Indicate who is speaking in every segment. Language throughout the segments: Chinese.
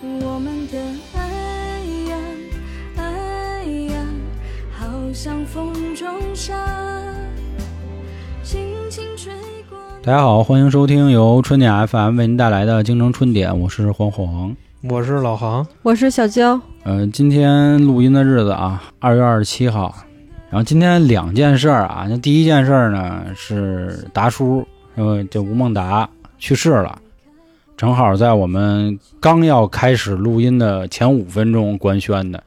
Speaker 1: 我们的爱呀，爱呀，好像风中沙，轻轻吹过。
Speaker 2: 大家好，欢迎收听由春点 FM 为您带来的《京城春点》，我是黄黄。
Speaker 3: 我是老航，
Speaker 4: 我是小娇，
Speaker 2: 呃，今天录音的日子啊，二月二十七号。然后今天两件事儿啊，那第一件事儿呢是达叔，呃，就吴孟达去世了，正好在我们刚要开始录音的前五分钟官宣的，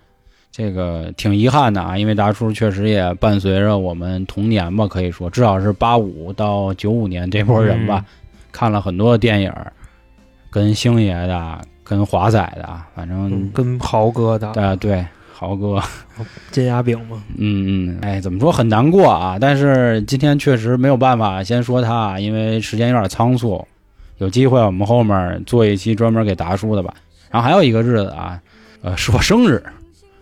Speaker 2: 这个挺遗憾的啊，因为达叔确实也伴随着我们童年吧，可以说至少是八五到九五年这波人吧，看了很多电影儿，跟星爷的，跟华仔的，反正
Speaker 3: 嗯，跟豪哥的
Speaker 2: 啊，对，豪哥，
Speaker 3: 煎鸭饼嘛，
Speaker 2: 嗯嗯，哎，怎么说很难过啊？但是今天确实没有办法先说他啊，因为时间有点仓促。有机会我们后面做一期专门给达叔的吧。然后还有一个日子啊，呃，是我生日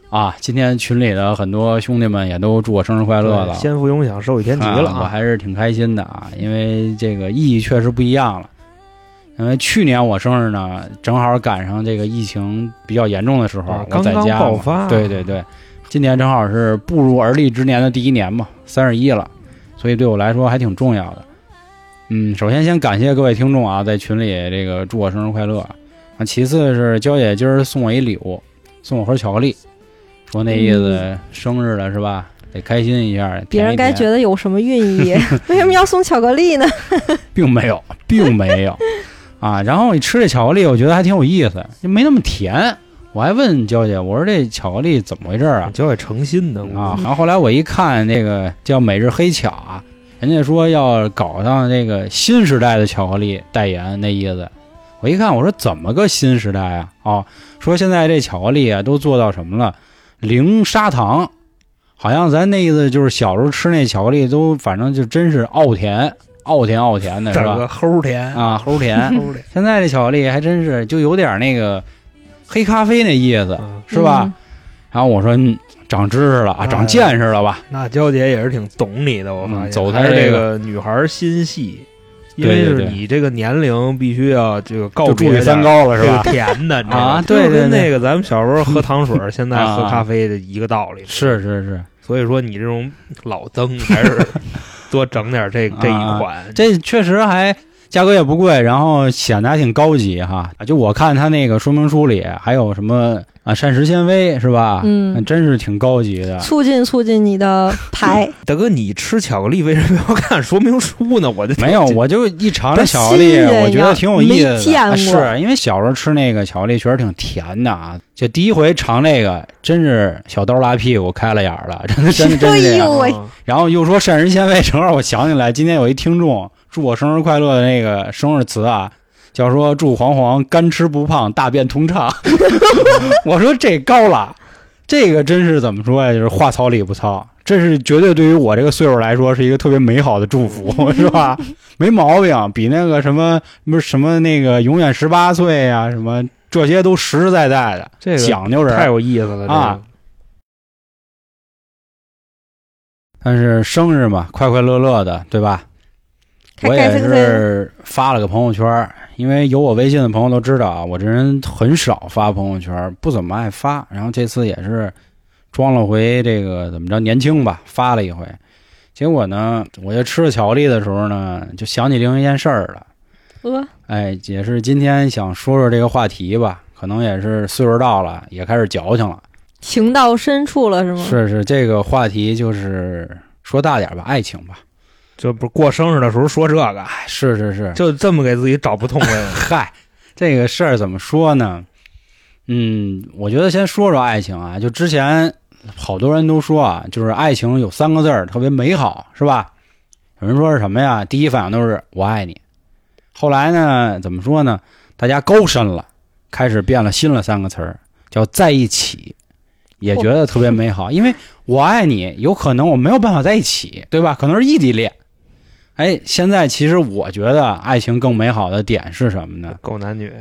Speaker 2: 啊。今天群里的很多兄弟们也都祝我生日快乐了
Speaker 3: 对，先不影响，受益天齐了
Speaker 2: 啊我
Speaker 3: 啊！
Speaker 2: 还是挺开心的啊，因为这个意义确实不一样了。因为去年我生日呢，正好赶上这个疫情比较严重的时候，
Speaker 3: 啊
Speaker 2: 我在
Speaker 3: 刚
Speaker 2: 家
Speaker 3: 刚爆
Speaker 2: 嘛
Speaker 3: 发
Speaker 2: 对对对，今年正好是步入而立之年的第一年嘛，三十一了，所以对我来说还挺重要的。嗯，首先先感谢各位听众啊，在群里这个祝我生日快乐啊。其次是娇姐今儿送我一礼物，送我盒巧克力，说那意思、
Speaker 3: 嗯
Speaker 2: 生日了是吧？得开心一下，
Speaker 4: 别人该
Speaker 2: 甜一甜
Speaker 4: 觉得有什么寓意？为什么要送巧克力呢？
Speaker 2: 并没有，并没有啊。然后你吃这巧克力，我觉得还挺有意思，就没那么甜。我还问娇姐，我说这巧克力怎么回事啊？
Speaker 3: 交给诚心的
Speaker 2: 啊，然后后来我一看那个叫每日黑巧啊，人家说要搞上这个新时代的巧克力代言那意思。我一看，我说怎么个新时代啊？哦，说现在这巧克力啊都做到什么了？零砂糖，好像咱那意思就是小时候吃那巧克力都反正就真是奥甜，奥甜奥甜的是
Speaker 3: 整
Speaker 2: 吧
Speaker 3: 个？齁甜，
Speaker 2: 啊，齁 甜。
Speaker 3: 齁甜
Speaker 2: 现在这巧克力还真是就有点那个黑咖啡那意思，
Speaker 3: 啊！
Speaker 2: 是吧？然后我说，嗯，长知识了啊，
Speaker 3: 哎
Speaker 2: 长见识了吧？
Speaker 3: 那娇姐也是挺懂你的，我发
Speaker 2: 嗯
Speaker 3: 现
Speaker 2: 走她
Speaker 3: 还是
Speaker 2: 这
Speaker 3: 这
Speaker 2: 个
Speaker 3: 个女孩心细，因
Speaker 2: 对
Speaker 3: 为
Speaker 2: 对
Speaker 3: 是
Speaker 2: 对
Speaker 3: 你这个年龄必须要这个告
Speaker 2: 就
Speaker 3: 别
Speaker 2: 注意三高了是
Speaker 3: 点儿这
Speaker 2: 吧？
Speaker 3: 个甜的你知道
Speaker 2: 啊
Speaker 3: 吗
Speaker 2: 对
Speaker 3: 就
Speaker 2: 对
Speaker 3: 跟
Speaker 2: 对
Speaker 3: 那个咱们小时候 喝糖水儿，现在喝
Speaker 2: 啊
Speaker 3: 咖啡的一个道理。
Speaker 2: 是是是，
Speaker 3: 所以说你这种老增 还是多整点
Speaker 2: 啊
Speaker 3: 这这一款，
Speaker 2: 这确实还价格也不贵，然后显得还挺高级哈。啊就我看它那个说明书里还有什么啊，膳食纤维是吧？
Speaker 4: 嗯
Speaker 2: 那真是挺高级的。
Speaker 4: 促进促进你的排，
Speaker 3: 大哥，你吃巧克力为什么要看说明书呢？我这
Speaker 2: 没有，我就一尝这
Speaker 4: 不是
Speaker 2: 巧克力，
Speaker 4: 新人
Speaker 2: 我觉得挺有意思的。
Speaker 4: 呀
Speaker 2: 啊
Speaker 4: 没见过
Speaker 2: 是因为小时候吃那个巧克力确实挺甜的啊，就第一回尝这个，真是小刀拉屁股开了眼儿了，真的真的真
Speaker 4: 哎
Speaker 2: 是这样。
Speaker 4: 呦喂，
Speaker 3: 啊
Speaker 2: 然后又说膳食纤维，正好我想起来，今天有一听众祝我生日快乐的那个生日词啊。叫说祝黄黄干吃不胖，大便通畅。 我说这高了，这个真是怎么说呀？就是话糙理不糙，这是绝对对于我这个岁数来说是一个特别美好的祝 福，是吧？没毛病，比那个什么不是什么那个永远十八岁啊，什么这些都实实在在的，
Speaker 3: 这个
Speaker 2: 讲究人
Speaker 3: 太有意思了
Speaker 2: 啊！但是生日嘛，快快乐乐的，对吧？
Speaker 4: 开
Speaker 2: 我
Speaker 4: 开
Speaker 2: 也
Speaker 4: 心心。
Speaker 2: 是发了个朋友圈儿，因为有我微信的朋友都知道啊，我这人很少发朋友圈儿，不怎么爱发。然后这次也是装了回这个怎么着年轻吧，发了一回。结果呢，我就吃了巧克力的时候呢，就想起另一件事儿了。
Speaker 4: 呃，
Speaker 2: 哎，也是今天想说说这个话题吧，可能也是岁数到了，也开始矫情了。
Speaker 4: 情到深处了是吗？
Speaker 2: 是是，这个话题就是说大点儿吧，爱情吧。
Speaker 3: 这不是过生日的时候说这个，
Speaker 2: 哎，是是是，？
Speaker 3: 就这么给自己找不痛快吗
Speaker 2: 嗨，这个事儿怎么说呢？嗯，我觉得先说说爱情啊，就之前好多人都说啊，就是爱情有三个字儿特别美好，是吧？有人说是什么呀？第一反应都是我爱你。后来呢，怎么说呢？大家高深了，开始变了新了三个词儿，叫在一起，也觉得特别美好。因为我爱你，有可能我没有办法在一起，对吧？可能是异地恋。哎，现在其实我觉得爱情更美好的点是什么呢？
Speaker 3: 狗 男女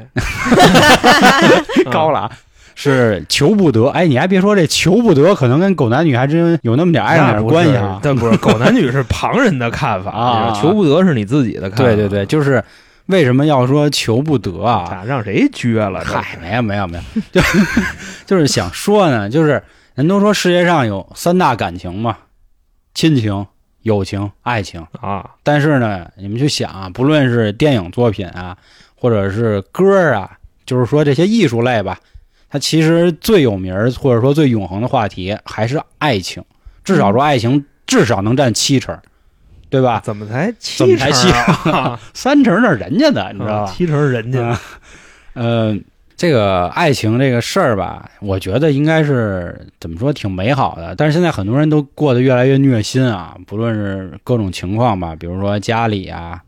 Speaker 2: 高了，啊，是求不得。哎，你还别说，这求不得可能跟狗男女还真有那么点爱上点哎关系啊。
Speaker 3: 但不是狗男女是旁人的看法
Speaker 2: 啊
Speaker 3: 求不得是你自己的看法。
Speaker 2: 对对对，就是为什么要说求不得啊？
Speaker 3: 咋让谁撅了？
Speaker 2: 嗨，没有没有没有， 就就是想说呢，就是人都说世界上有三大感情嘛，亲情、友情、爱情。
Speaker 3: 这啊，
Speaker 2: 但是呢，你们去想啊，不论是电影作品啊，或者是歌儿啊，就是说这些艺术类吧，它其实最有名儿或者说最永恒的话题还是爱情，至少说爱情至少能占七成，对吧？
Speaker 3: 怎么
Speaker 2: 啊
Speaker 3: 才
Speaker 2: 怎
Speaker 3: 七
Speaker 2: 么
Speaker 3: 成
Speaker 2: 才
Speaker 3: 啊？
Speaker 2: 七三成那是人家的，你知道吧
Speaker 3: 啊？七成人家
Speaker 2: 啊 呃，这个爱情这个事儿吧，我觉得应该是怎么说挺美好的，但是现在很多人都过得越来越虐心啊，不论是各种情况吧，比如说家里啊，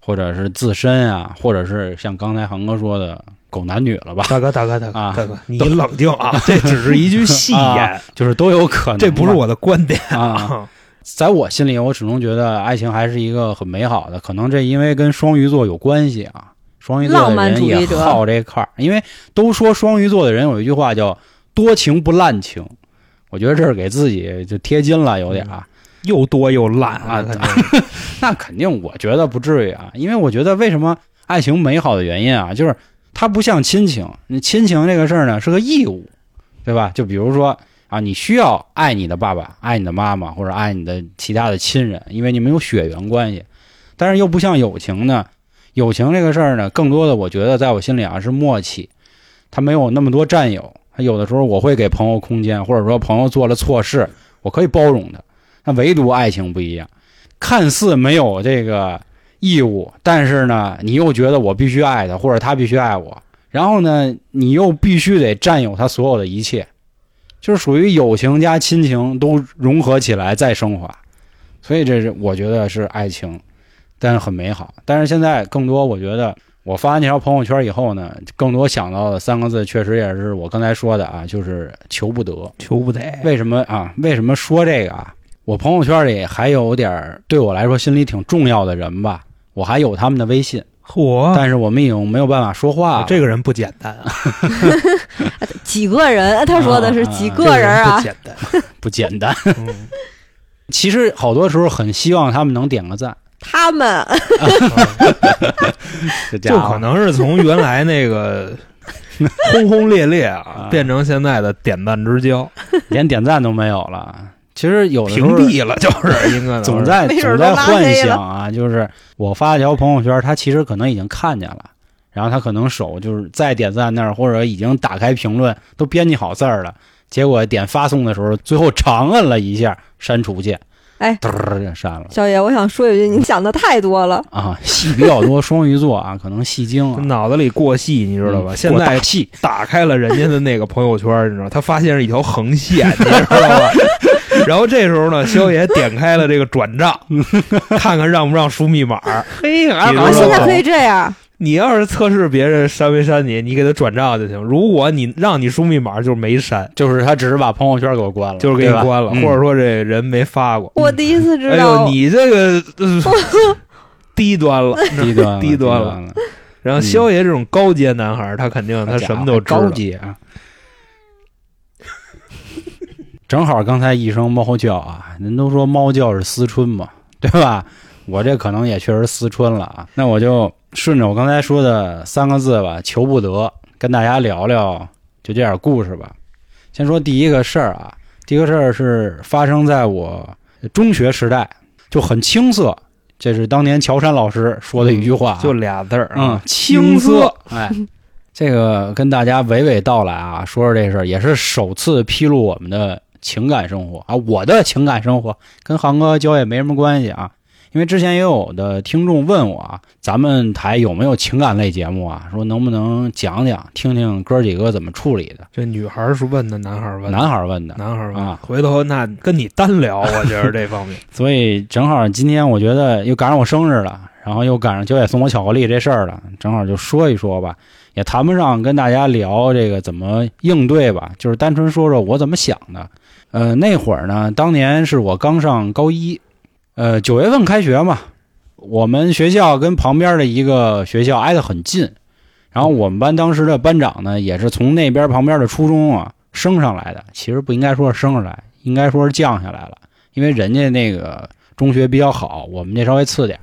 Speaker 2: 或者是自身啊，或者是像刚才航哥说的狗男女了吧，
Speaker 3: 大哥，大哥，大
Speaker 2: 啊
Speaker 3: 哥，大哥，你冷静啊！这只是一句戏言，
Speaker 2: 就是都有可能吧，
Speaker 3: 这不是我的观点
Speaker 2: 啊。
Speaker 3: 啊。
Speaker 2: 在我心里，我始终觉得爱情还是一个很美好的。可能这因为跟双鱼座有关系啊，双鱼座
Speaker 4: 浪
Speaker 2: 的
Speaker 4: 漫
Speaker 2: 人
Speaker 4: 主
Speaker 2: 也
Speaker 4: 义者
Speaker 2: 好这块儿。因为都说双鱼座的人有一句话叫“多情不滥情”，我觉得这是给自己就贴金了，有点啊。
Speaker 3: 又多又烂
Speaker 2: 啊
Speaker 3: 感觉
Speaker 2: 那肯定，我觉得不至于啊，因为我觉得为什么爱情美好的原因啊，就是它不像亲情，你亲情这个事儿呢是个义务，对吧？就比如说啊，你需要爱你的爸爸、爱你的妈妈或者爱你的其他的亲人，因为你们有血缘关系，但是又不像友情呢，友情这个事儿呢，更多的我觉得在我心里啊是默契，它没有那么多占有。有的时候我会给朋友空间，或者说朋友做了错事，我可以包容他。那唯独爱情不一样，看似没有这个义务，但是呢，你又觉得我必须爱他，或者他必须爱我，然后呢，你又必须得占有他所有的一切，就是属于友情加亲情都融合起来再升华，所以这是我觉得是爱情，但是很美好。但是现在更多，我觉得我发完那条朋友圈以后呢，更多想到的三个字，确实也是我刚才说的啊，就是求不得。
Speaker 3: 求不得。
Speaker 2: 为什么啊？为什么说这个啊？我朋友圈里还有点儿对我来说心里挺重要的人吧，我还有他们的微信，
Speaker 3: 嚯，
Speaker 2: 但是我们已经没有办法说话了。
Speaker 3: 这个人不简单啊，
Speaker 4: 几个人？ 他说的是几
Speaker 3: 这
Speaker 4: 个人啊
Speaker 3: 不？简单。
Speaker 2: 不简 单。
Speaker 3: 嗯
Speaker 2: 其实好多时候很希望他们能点个赞，
Speaker 4: 他们
Speaker 2: 这家
Speaker 3: 就
Speaker 2: 伙
Speaker 3: 可能是从原来那个轰轰烈烈
Speaker 2: 啊
Speaker 3: 啊，变成现在的点赞之交，
Speaker 2: 连点赞都没有了。其实有的时
Speaker 3: 屏
Speaker 2: 候
Speaker 3: 蔽了，就是 应该
Speaker 2: 总
Speaker 3: 在
Speaker 2: 在
Speaker 4: 没准
Speaker 2: 总
Speaker 4: 儿
Speaker 2: 在
Speaker 4: 都拉
Speaker 2: 幻
Speaker 4: 黑了
Speaker 2: 想啊，就是我发一条朋友圈，他其实可能已经看见了，然后他可能手就是在点赞那儿，或者已经打开评论，都编辑好字儿了，结果点发送的时候，最后长按了一下删除键，
Speaker 4: 哎
Speaker 2: 嘚儿就删了
Speaker 4: 小野，我想说一句，你想的太多了。
Speaker 2: 啊。戏比较多，双鱼座啊，可能戏精啊，
Speaker 3: 脑子里过细，你知道吧？
Speaker 2: 嗯
Speaker 3: 现
Speaker 2: 过大
Speaker 3: 在
Speaker 2: 戏
Speaker 3: 嗯打开了人家的那个朋友圈，你知道，他发现是一条横线， 你知道吧？然后这时候呢，肖爷点开了这个转账，看看让不让输密码。嘿，
Speaker 2: 还
Speaker 3: 你
Speaker 2: 好
Speaker 4: 我
Speaker 2: 说
Speaker 4: 啊现
Speaker 3: 知
Speaker 4: 在
Speaker 3: 道
Speaker 4: 可以
Speaker 3: 吗？
Speaker 4: 这样，
Speaker 3: 你要是测试别人删没删你，你给他转账就行。如果你让你输密码，就是没删，
Speaker 2: 就是他只是把朋友圈给我关了，
Speaker 3: 就是给你
Speaker 2: 对吧
Speaker 3: 关了，
Speaker 2: 嗯
Speaker 3: 或者说这人没发过。
Speaker 4: 我第一次知
Speaker 3: 哎
Speaker 4: 道
Speaker 3: 呦，，你这个、呃 低端了，
Speaker 4: 嗯
Speaker 2: 低端了
Speaker 3: 低端了
Speaker 2: 了，嗯
Speaker 3: 然后肖爷这种高阶男孩儿，他肯定他什么都知道。
Speaker 2: 高级啊。正好刚才一声猫叫啊，人都说猫叫是思春嘛，对吧？我这可能也确实思春了啊。那我就顺着我刚才说的三个字吧，求不得，跟大家聊聊就这点故事吧。先说第一个事儿啊，第一个事儿是发生在我中学时代，就很青涩。这是当年乔杉老师说的一句话、啊
Speaker 3: 就俩字儿
Speaker 2: 嗯
Speaker 3: 啊，，
Speaker 2: 青
Speaker 3: 青
Speaker 2: 涩
Speaker 3: 涩。
Speaker 2: 哎，这个跟大家娓娓道来啊，说说这事儿，也是首次披露我们的情感生活啊，我的情感生活跟航哥交也没什么关系啊。因为之前也有的听众问我啊，咱们台有没有情感类节目啊？说能不能讲讲，听听哥几个怎么处理的？
Speaker 3: 这女孩儿是问的，男孩儿问的，
Speaker 2: 男孩儿问的，
Speaker 3: 男孩儿问的
Speaker 2: 啊
Speaker 3: 回头那跟你单聊，我觉得这 方面
Speaker 2: 所以正好今天我觉得又赶上我生日了，然后又赶上九姐送我巧克力这事儿了，正好就说一说吧，也谈不上跟大家聊这个怎么应对吧，就是单纯说说我怎么想的。呃，那会儿呢，当年是我刚上高一，呃，九月份开学嘛，我们学校跟旁边的一个学校挨得很近，然后我们班当时的班长呢，也是从那边旁边的初中啊升上来的，其实不应该说是升上来，应该说是降下来了。因为人家那个中学比较好，我们这稍微次点儿。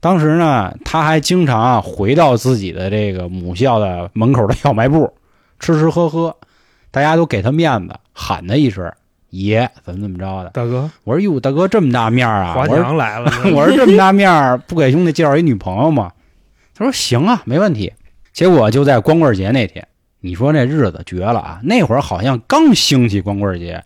Speaker 2: 当时呢，他还经常啊回到自己的这个母校的门口的 小卖部，吃吃喝喝，大家都给他面子，喊他一声“爷”，怎么怎么着的。
Speaker 3: 大哥，
Speaker 2: 我说：“哟，大哥这么大面儿啊！”
Speaker 3: 华
Speaker 2: 我说
Speaker 3: 强 来了，：“
Speaker 2: 我说这么大面儿，不给兄弟介绍一女朋友吗？”他说：“行啊，没问题。”结果就在光棍节那天，你说这日子绝了啊！那会儿好像刚兴起光棍节，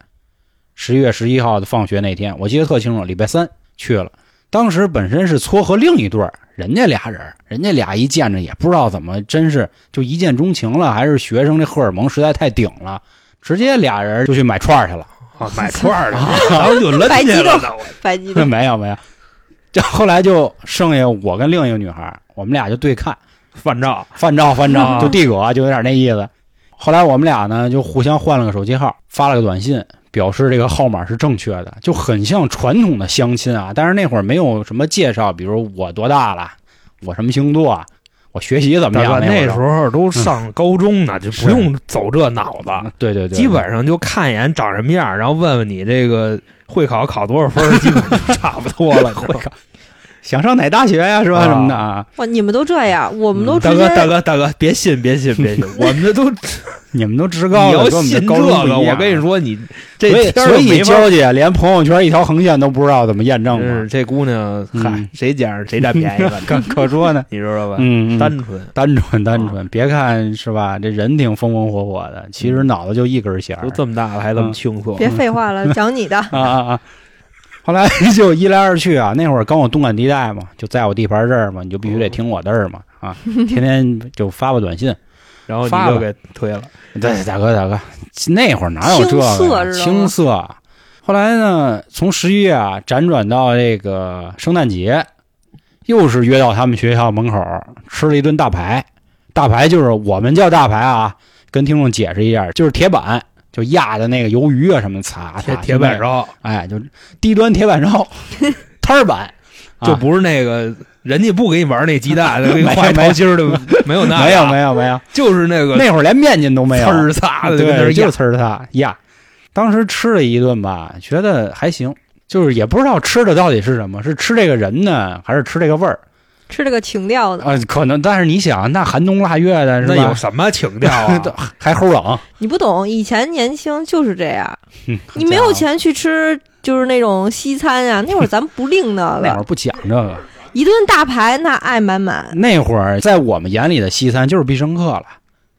Speaker 2: 十一月十一号的放学那天，我记得特清楚，礼拜三去了。当时本身是撮合另一对儿，人家俩人，人家俩一见着也不知道怎么，真是就一见钟情了，还是学生这荷尔蒙实在太顶了，直接俩人就去买串儿去了。
Speaker 3: 啊买串儿 了，然
Speaker 2: 啊
Speaker 3: 后就 抡
Speaker 4: 白
Speaker 3: 去
Speaker 4: 激
Speaker 3: 了
Speaker 4: 动
Speaker 3: 呢。我
Speaker 4: 白激
Speaker 2: 那
Speaker 4: 动，
Speaker 2: 没有没有，这后来就剩下我跟另一个女孩儿，我们俩就对看，
Speaker 3: 范照，
Speaker 2: 翻照翻照，
Speaker 3: 啊
Speaker 2: 就递给我，就有点那意思。后来我们俩呢，就互相换了个手机号，发了个短信，表示这个号码是正确的，就很像传统的相亲啊。但是那会儿没有什么介绍，比如我多大了，我什么星座啊，我学习怎么
Speaker 3: 大
Speaker 2: 样
Speaker 3: 哥？
Speaker 2: 会
Speaker 3: 那
Speaker 2: 儿啊
Speaker 3: 时候都上高中呢，就不
Speaker 2: 嗯是
Speaker 3: 用走这脑子，
Speaker 2: 啊，对对对，
Speaker 3: 基本上就看一眼长什么样儿，然后问问你 这个会考考多少分儿，基本就差不多了。
Speaker 2: 会考想上哪大学呀、是吧？
Speaker 3: 啊
Speaker 2: 什么的啊，
Speaker 4: 哇，你们都这样，我们都直
Speaker 3: 嗯大哥，
Speaker 4: 接
Speaker 3: 大哥，大哥，别信，别信，别信！我们这都
Speaker 2: 你们都职
Speaker 3: 你
Speaker 2: 高了，
Speaker 3: 要
Speaker 2: 跟我们
Speaker 3: 信这
Speaker 2: 高
Speaker 3: 个，
Speaker 2: 中不一
Speaker 3: 我
Speaker 2: 样
Speaker 3: 跟你说，你这
Speaker 2: 所以
Speaker 3: 天儿
Speaker 2: 所以
Speaker 3: 没法
Speaker 2: 娇姐连朋友圈一条横线都不知道怎么验证
Speaker 3: 真是
Speaker 2: 吗？
Speaker 3: 这姑娘，
Speaker 2: 嗯
Speaker 3: 嗨，谁捡上谁占便宜 了，
Speaker 2: 可可说呢，
Speaker 3: 你知道吧？
Speaker 2: 嗯，嗯
Speaker 3: 单啊纯，
Speaker 2: 单纯单纯，别看是吧？这人挺风风火火的，其实脑子就一根弦儿
Speaker 3: 都嗯这么大了还这么
Speaker 2: 嗯
Speaker 3: 青涩，
Speaker 4: 别废话了，讲你的。
Speaker 2: 啊啊啊！后来就一来二去啊，那会儿刚我东莞地带嘛，就在我地盘这儿嘛，你就必
Speaker 3: 哦
Speaker 2: 须得听我的儿嘛 啊！天天就发发短信，
Speaker 3: 然后
Speaker 2: 发
Speaker 3: 你
Speaker 2: 吧
Speaker 3: 就给推了，
Speaker 2: 对，大哥大哥，那会儿哪有这个呀
Speaker 4: 青涩知道吗
Speaker 2: 青涩？后来呢，从十一月啊辗转到这个圣诞节，又是约到他们学校门口吃了一顿大排。大排就是我们叫大排啊，跟听众解释一下，就是铁板，就压的那个鱿鱼啊什么的，擦
Speaker 3: 铁
Speaker 2: 擦
Speaker 3: 铁板，烧
Speaker 2: 就那个哎，就低端铁板烧 摊儿板，啊
Speaker 3: 就不是那个人家不给你玩那鸡蛋， 给
Speaker 2: 没
Speaker 3: 你
Speaker 2: 有
Speaker 3: 画一桃心儿的，没有那个，
Speaker 2: 没有没有没有，
Speaker 3: 就是那个
Speaker 2: 那会儿连面筋都没有，
Speaker 3: 呲儿擦的，就跟那
Speaker 2: 对，
Speaker 3: 儿
Speaker 2: 就
Speaker 3: 压
Speaker 2: 是呲儿它呀。当时吃了一顿吧，觉得还行，就是也不知道吃的到底是什么，是吃这个人呢，还是吃这个味儿
Speaker 4: 吃这个情调的，
Speaker 2: 啊、可能，但是你想，那寒冬腊月的是
Speaker 3: 那有
Speaker 2: 吧？
Speaker 3: 什么情调
Speaker 2: 都
Speaker 3: 啊？
Speaker 2: 还齁冷，
Speaker 4: 你不懂，以前年轻就是这样，
Speaker 2: 嗯
Speaker 4: 你没有
Speaker 2: 家
Speaker 4: 钱去吃就是那种西 餐呀、那会儿咱们不吝那
Speaker 2: 伙那会儿
Speaker 4: 个，
Speaker 2: 不讲这个，
Speaker 4: 一顿大排那爱满满，
Speaker 2: 那会儿在我们眼里的西餐就是必胜客了，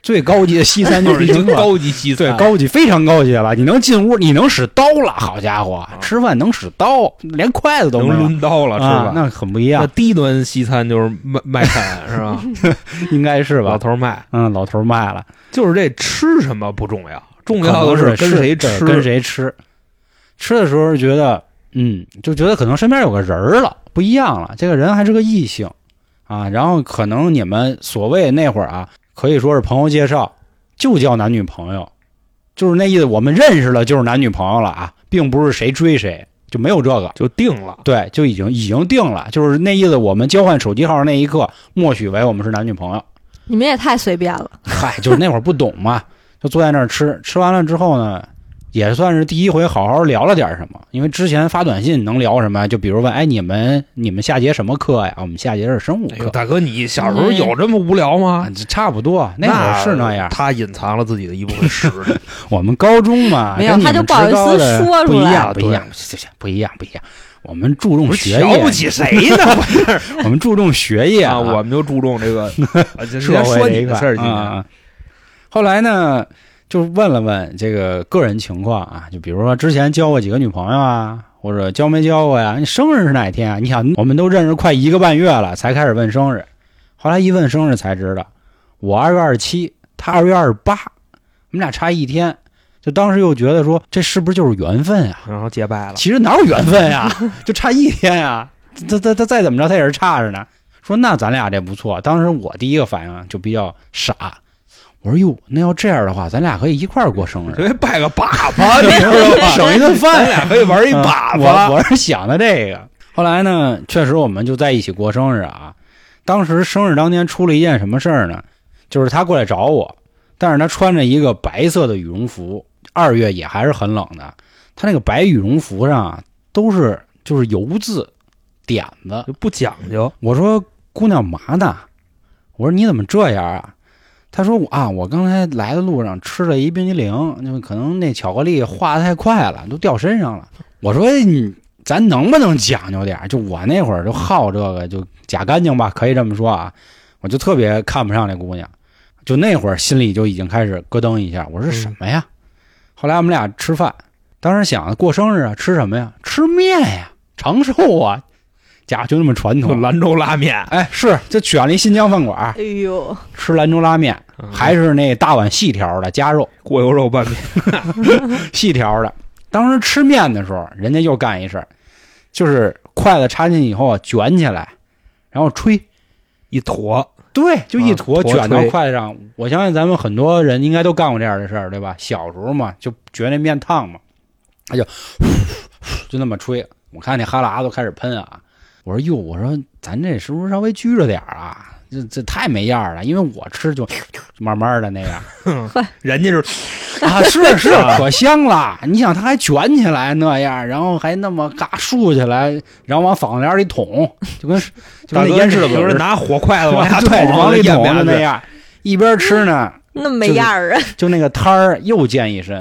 Speaker 2: 最高级的西餐 就
Speaker 3: 就是
Speaker 2: 必
Speaker 3: 是已经
Speaker 2: 胜客。啊
Speaker 3: 高级西餐
Speaker 2: 对，，高级非常高级了，你能进屋，你能使刀了，好家伙，
Speaker 3: 啊
Speaker 2: 吃饭能使刀，连筷子都没
Speaker 3: 能
Speaker 2: 有
Speaker 3: 抡刀了是
Speaker 2: 啊
Speaker 3: 吧？，
Speaker 2: 那很不一
Speaker 3: 那
Speaker 2: 样，
Speaker 3: 低端西餐就是卖卖惨是 吧？
Speaker 2: 应该是吧
Speaker 3: 老？头儿卖，
Speaker 2: 嗯，老头儿卖了。
Speaker 3: 就是这吃什么不重要，重
Speaker 2: 可
Speaker 3: 要
Speaker 2: 能
Speaker 3: 的
Speaker 2: 是
Speaker 3: 跟谁吃，
Speaker 2: 跟谁吃。吃的时候觉得，嗯，就觉得可能身边有个人儿了，不一样了。这个人还是个异性啊，然后可能你们所谓那会儿啊，可以说是朋友介绍，就叫男女朋友，就是那意思。我们认识了就是男女朋友了啊，并不是谁追谁，就没有这个。
Speaker 3: 就定了。
Speaker 2: 对，就已经已经定了，就是那意思。我们交换手机号那一刻，默许为我们是男女朋友。
Speaker 4: 你们也太随便了。
Speaker 2: 嗨， 就是那会儿不懂嘛，就坐在那儿吃，吃完了之后呢，也算是第一回好好聊了点什么。因为之前发短信能聊什么？就比如问，哎，你们你们下节什么课呀？我们下节是生物
Speaker 3: 哎
Speaker 2: 课
Speaker 3: 呦，，大哥，你小时候有这么无聊
Speaker 2: 啊
Speaker 3: 吗？
Speaker 2: 这差不多。那会儿是那样。
Speaker 3: 他隐藏了自己的一部分实 力。
Speaker 2: 我们高中嘛，
Speaker 4: 没有
Speaker 2: 跟你
Speaker 4: 他就
Speaker 2: 们
Speaker 4: 不好
Speaker 2: 职
Speaker 4: 意思
Speaker 2: 高的
Speaker 4: 说
Speaker 2: 不一
Speaker 4: 出来
Speaker 2: 样，不一
Speaker 3: 对
Speaker 2: 样，行行不一样，不一样。我们注重
Speaker 3: 不是
Speaker 2: 学
Speaker 3: 瞧不
Speaker 2: 业，
Speaker 3: 起谁 呢？
Speaker 2: 我们注重学业
Speaker 3: 啊，我们就注重这 个啊就
Speaker 2: 社会
Speaker 3: 说
Speaker 2: 这
Speaker 3: 你
Speaker 2: 一
Speaker 3: 的
Speaker 2: 块
Speaker 3: 事儿，今
Speaker 2: 啊
Speaker 3: 天
Speaker 2: 啊后来呢，就问了问这个个人情况啊，就比如说之前交过几个女朋友啊，或者交没交过呀？你生日是哪天啊？你想，我们都认识快一个半月了，才开始问生日。后来一问生日才知道，我二月二十七，他二月二十八，我们俩差一天。就当时又觉得说，这是不是就是缘分啊？
Speaker 3: 然后结拜了。
Speaker 2: 其实哪有缘分呀、就差一天呀、他他他再怎么着，他也是差着呢。说那咱俩这不错。当时我第一个反应啊就比较傻，我说哟，那要这样的话，咱俩可以一块儿过生日，
Speaker 3: 因为拜个粑 粑，你知道吗？
Speaker 2: 省一顿
Speaker 3: 咱
Speaker 2: 饭呀。
Speaker 3: 俩可以玩一粑
Speaker 2: 啊
Speaker 3: 粑。
Speaker 2: 我我是想的这个。后来呢，确实我们就在一起过生日啊。当时生日当天出了一件什么事儿呢？就是他过来找我，但是他穿着一个白色的羽绒服，二月也还是很冷的。他那个白羽绒服上啊，都是就是油渍，点子。
Speaker 3: 就不讲究，
Speaker 2: 我说姑娘嘛呢？我说你怎么这样啊？她说我啊，我刚才来的路上吃了一冰激凌，就可能那巧克力化的太快了，都掉身上了。我说哎你咱能不能讲究点儿？就我那会儿就好这个，就假干净吧，可以这么说啊。我就特别看不上这姑娘，就那会儿心里就已经开始咯噔一下。我说什么呀？后来我们俩吃饭，当时想过生日啊，吃什么呀？吃面呀，长寿啊，家就那么传
Speaker 3: 就
Speaker 2: 统。
Speaker 3: 兰州拉面，
Speaker 2: 哎，是就选了一新疆饭馆儿
Speaker 4: 哎呦，
Speaker 2: 吃兰州拉面，
Speaker 3: 嗯
Speaker 2: 还是那大碗细条的加肉，
Speaker 3: 过油肉拌面，
Speaker 2: 细条的。当时吃面的时候，人家又干一事儿，就是筷子插进去以后啊，卷起来，然后吹，
Speaker 3: 一坨
Speaker 2: 对，就一坨
Speaker 3: 啊坨
Speaker 2: 卷到
Speaker 3: 吹
Speaker 2: 筷子上。我相信咱们很多人应该都干过这样的事儿，对吧？小时候嘛，就觉那面烫嘛，他就就那么吹。我看那哈喇子都开始喷啊！我说哟，我说咱这是不是稍微拘着点儿啊？这这太没样儿了，因为我吃就慢慢的那 样
Speaker 3: 人家是
Speaker 2: 啊，是 是可香了。你想，它还卷起来那样，然后还那么嘎竖起来，然后往嗓子眼儿里捅，就跟就
Speaker 3: 大
Speaker 2: 跟
Speaker 3: 哥
Speaker 2: 那烟似的，
Speaker 3: 就是拿火筷子 往下
Speaker 2: 对， 往里
Speaker 3: 咽
Speaker 2: 捅
Speaker 3: 不
Speaker 2: 就
Speaker 3: 下
Speaker 2: 那
Speaker 3: 去。
Speaker 2: 样，一边吃呢，
Speaker 4: 那没样儿啊！
Speaker 2: 就那个摊儿又溅一身。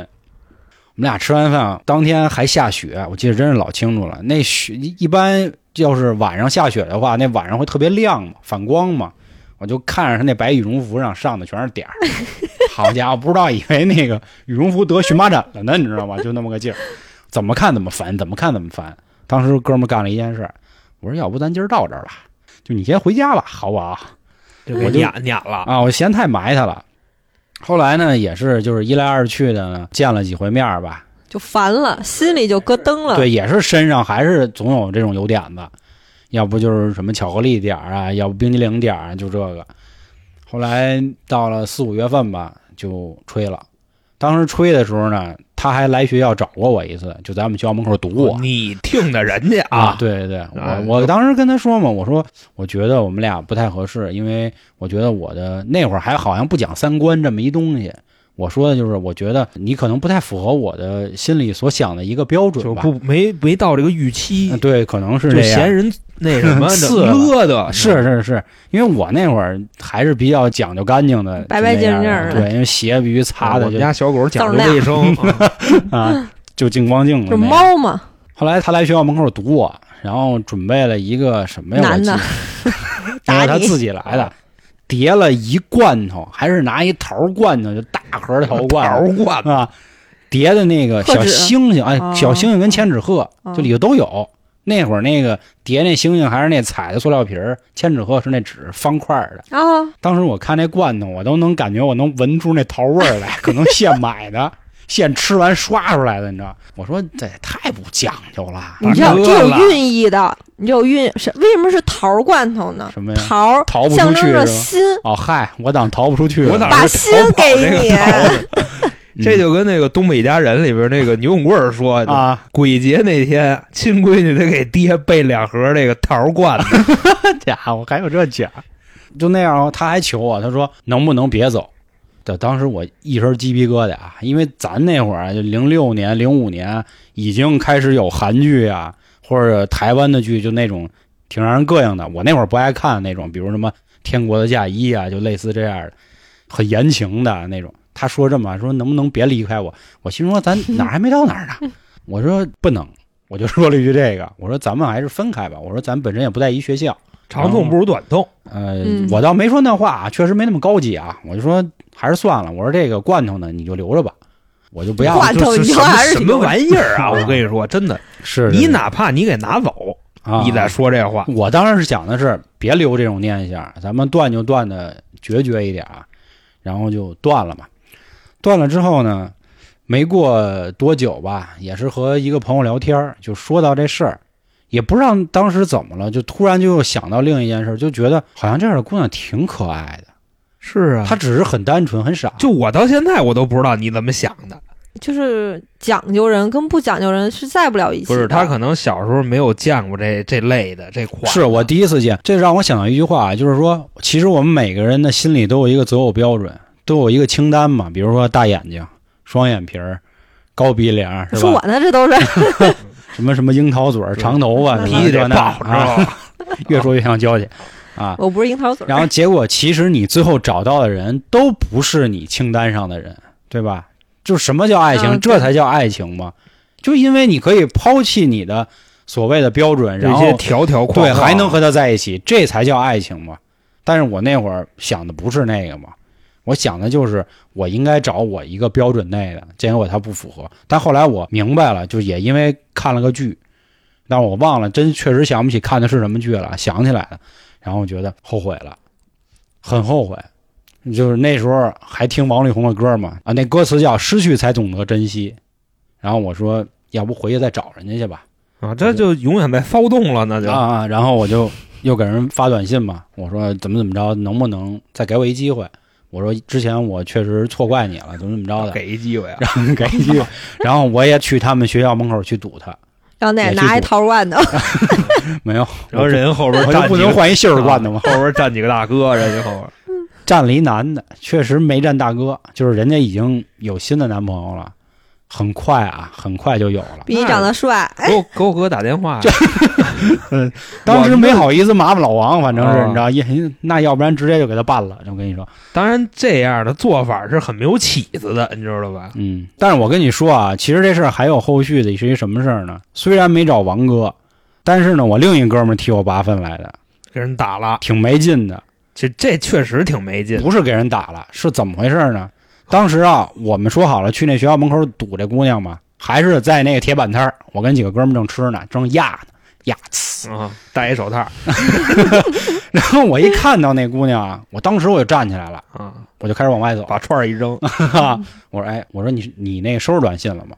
Speaker 2: 我们俩吃完饭，当天还下雪，我记得真是老清楚了。那雪一般要是晚上下雪的话，那晚上会特别亮嘛，反光嘛。我就看着他那白羽绒服上上的全是点儿，好家伙，不知道以为那个羽绒服得荨麻疹了呢，你知道吗？就那么个劲儿，怎么看怎么烦，怎么看怎么烦。当时哥们儿干了一件事儿，我说要不咱今儿到这儿吧，就你先回家吧，好不好？
Speaker 3: 就给
Speaker 2: 我就
Speaker 3: 撵撵了，
Speaker 2: 啊，我嫌太埋汰了。后来呢，也是就是一来二去的呢，见了几回面儿吧，
Speaker 4: 就烦了，心里就咯噔了。
Speaker 2: 对，也是身上还是总有这种油点子，要不就是什么巧克力点儿啊，要不冰激凌点儿啊，就这个。后来到了四五月份吧，就吹了。当时吹的时候呢，他还来学校找过我一次，就在我们学校门口堵我。
Speaker 3: 哦你听的人家
Speaker 2: 啊，
Speaker 3: 啊，
Speaker 2: 对对对，
Speaker 3: 哎
Speaker 2: 我我当时跟他说嘛，我说我觉得我们俩不太合适，因为我觉得我的那会儿还好像不讲三观这么一东西。我说的就是，我觉得你可能不太符合我的心里所想的一个标准
Speaker 3: 就
Speaker 2: 吧。
Speaker 3: 不没没到这个预期
Speaker 2: 嗯，对，可能是
Speaker 3: 就
Speaker 2: 这样
Speaker 3: 嫌。人那什 么
Speaker 2: 刺
Speaker 3: 的
Speaker 2: 了
Speaker 3: 乐的，啊
Speaker 2: 是是是，因为我那会儿还是比较讲究干净的，
Speaker 4: 白白
Speaker 2: 就那样
Speaker 4: 净净
Speaker 2: 的
Speaker 4: 儿的
Speaker 2: 对，因为鞋必须擦
Speaker 3: 啊我
Speaker 2: 的
Speaker 3: 们
Speaker 2: 就
Speaker 3: 家小狗讲究
Speaker 4: 豆儿亮
Speaker 3: 卫生， 啊
Speaker 2: 啊，就净光净的
Speaker 4: 就
Speaker 2: 那样。
Speaker 4: 猫嘛，
Speaker 2: 后来他来学校门口堵我，然后准备了一个什么呀？
Speaker 4: 男的
Speaker 2: 我记 得，没有
Speaker 4: 打
Speaker 2: 他
Speaker 4: 你
Speaker 2: 自己来的，叠了一罐头，还是拿一桃罐头，就大盒的桃罐
Speaker 3: 桃
Speaker 2: 头
Speaker 3: 罐子
Speaker 2: 啊，叠的那个小
Speaker 4: 贺纸
Speaker 2: 星星，哎，
Speaker 4: 哦
Speaker 2: 小星星跟千纸鹤，
Speaker 4: 哦
Speaker 2: 就里头都有。那会儿那个叠那星星还是那彩的塑料瓶儿，千纸鹤是那纸方块儿的。
Speaker 4: 啊，
Speaker 2: 当时我看那罐头，我都能感觉我能闻出那桃味儿来， 可能现买的， 现吃完刷出来的，你知道？我说这也太不讲究了，
Speaker 4: 你
Speaker 3: 大
Speaker 4: 知道
Speaker 3: 哥
Speaker 4: 这有
Speaker 3: 了
Speaker 4: 寓意的，你这有寓是为什么是桃罐头呢？
Speaker 2: 什么呀？
Speaker 4: 桃儿
Speaker 2: 逃不出
Speaker 4: 象征
Speaker 2: 去
Speaker 4: 着
Speaker 2: 是吧
Speaker 4: 心，
Speaker 2: 哦，嗨，我当逃不出去了，
Speaker 3: 我哪
Speaker 4: 把
Speaker 3: 儿
Speaker 4: 心给你
Speaker 2: 嗯
Speaker 3: 这就跟那个《东北一家人》里边那个牛永贵儿说的，
Speaker 2: 啊，
Speaker 3: 鬼节那天，亲闺女得给爹备两盒那个桃罐子，
Speaker 2: 这家伙还有这讲，就那样哦，他还求我，他说能不能别走？对，当时我一身鸡皮疙瘩啊，因为咱那会儿啊就零六年、零五年已经开始有韩剧啊，或者台湾的剧，就那种挺让人膈应的。我那会儿不爱看那种，比如什么《天国的嫁衣》啊，就类似这样的，很言情的那种。他说这么说，能不能别离开我？我心说咱哪儿还没到哪儿呢？我说不能，我就说了一句这个，我说咱们还是分开吧。我说咱本身也不在一学校，
Speaker 3: 长痛不如短 痛。
Speaker 2: 呃，
Speaker 4: 嗯
Speaker 2: 我倒没说那话啊，确实没那么高级啊。我就说还是算了，我说这个罐头呢，你就留着吧，我就不要了
Speaker 4: 罐。头
Speaker 3: 这是
Speaker 4: 你
Speaker 3: 什么
Speaker 4: 还是
Speaker 3: 什么玩意儿 啊！
Speaker 2: 有
Speaker 3: 我跟你说，真的，
Speaker 2: 是
Speaker 3: 你哪怕你给拿走，
Speaker 2: 啊
Speaker 3: 你再说这话，
Speaker 2: 我当时是想的是，别留这种念想，咱们断就断的决绝一点啊，然后就断了嘛。断了之后呢，没过多久吧，也是和一个朋友聊天儿，就说到这事儿，也不知道当时怎么了，就突然就又想到另一件事儿，就觉得好像这样的姑娘挺可爱的，
Speaker 3: 是啊
Speaker 2: 她只是很单纯、很傻。
Speaker 3: 就我到现在我都不知道你怎么想的，
Speaker 4: 就是讲究人跟不讲究人是在不了一起
Speaker 3: 不
Speaker 4: 的。
Speaker 3: 是他可能小时候没有见过这这类的这款，
Speaker 2: 是我第一次见，这让我想到一句话，就是说，其实我们每个人的心里都有一个择偶标准，都有一个清单嘛。比如说大眼睛、双眼皮儿、高鼻梁，是
Speaker 4: 说
Speaker 2: 吧
Speaker 4: 我？呢，这都是
Speaker 2: 什么什么樱桃嘴儿、长头发，
Speaker 3: 必
Speaker 2: 什么
Speaker 3: 须
Speaker 2: 这
Speaker 3: 得
Speaker 2: 那
Speaker 3: 爆，你知道
Speaker 2: 啊，
Speaker 3: 吧？
Speaker 2: 越说越像交情啊。
Speaker 4: 我不是樱桃嘴儿，
Speaker 2: 然后结果，其实你最后找到的人都不是你清单上的人，对吧？就什么叫爱情？
Speaker 4: 嗯
Speaker 2: 这才叫爱情嘛！就因为你可以抛弃你的所谓的标准，然
Speaker 3: 这
Speaker 2: 后
Speaker 3: 些条条框
Speaker 2: 对，
Speaker 3: 框
Speaker 2: 还能和他在一起，这才叫爱情嘛。但是我那会儿想的不是那个嘛，我想的就是我应该找我一个标准内的，结果他不符合。但后来我明白了，就也因为看了个剧，但我忘了，真确实想不起看的是什么剧了，想起来了，然后觉得后悔了，很后悔。就是那时候还听王力宏的歌嘛，啊，那歌词叫“失去才懂得珍惜”，然后我说，要不回去再找人家去吧。
Speaker 3: 啊，这就永远在骚动了，那就
Speaker 2: 啊啊！然后我就又给人发短信嘛，我说怎么怎么着，能不能再给我一机会？我说之前我确实错怪你了，怎么怎么着的，
Speaker 3: 给一机会啊。
Speaker 2: 给给一机会。然后我也去他们学校门口去堵他，
Speaker 4: 然后那
Speaker 2: 也是
Speaker 4: 拿一桃罐头，
Speaker 2: 没 有，
Speaker 3: 然后人后边
Speaker 2: 我就
Speaker 3: 站
Speaker 2: 不
Speaker 3: 几
Speaker 2: 能
Speaker 3: 个
Speaker 2: 换一杏儿罐头吗？
Speaker 3: 后边站几个大哥，人家后边
Speaker 2: 站了一男的，确实没站大哥，就是人家已经有新的男朋友了，很快啊，很快就有了。
Speaker 4: 比你长得帅，
Speaker 3: 给我给我哥打电话，啊
Speaker 2: 当时
Speaker 3: 我
Speaker 2: 没好意思麻烦老王，反正是
Speaker 3: 啊
Speaker 2: 你知道，也那要不然直接就给他办了。我跟你说。
Speaker 3: 当然这样的做法是很没有起子的，你知道吧？
Speaker 2: 嗯，但是我跟你说啊，其实这事儿还有后续的，是一什么事儿呢？虽然没找王哥，但是呢，我另一哥们儿替我拔粪来的，
Speaker 3: 给人打了，
Speaker 2: 挺没劲的。
Speaker 3: 这这确实挺没劲。
Speaker 2: 不是给人打了，是怎么回事呢？当时啊，我们说好了去那学校门口堵这姑娘嘛，还是在那个铁板摊儿，我跟几个哥们儿正吃呢，正压呢，压呲。
Speaker 3: 啊，戴一手套
Speaker 2: 然后 我一看到那姑娘啊，我当时我就站起来了，
Speaker 3: 啊，
Speaker 2: 我就开始往外走。
Speaker 3: 把串儿一 扔，
Speaker 2: 哈，我说哎，我说你你那收拾短信了吗？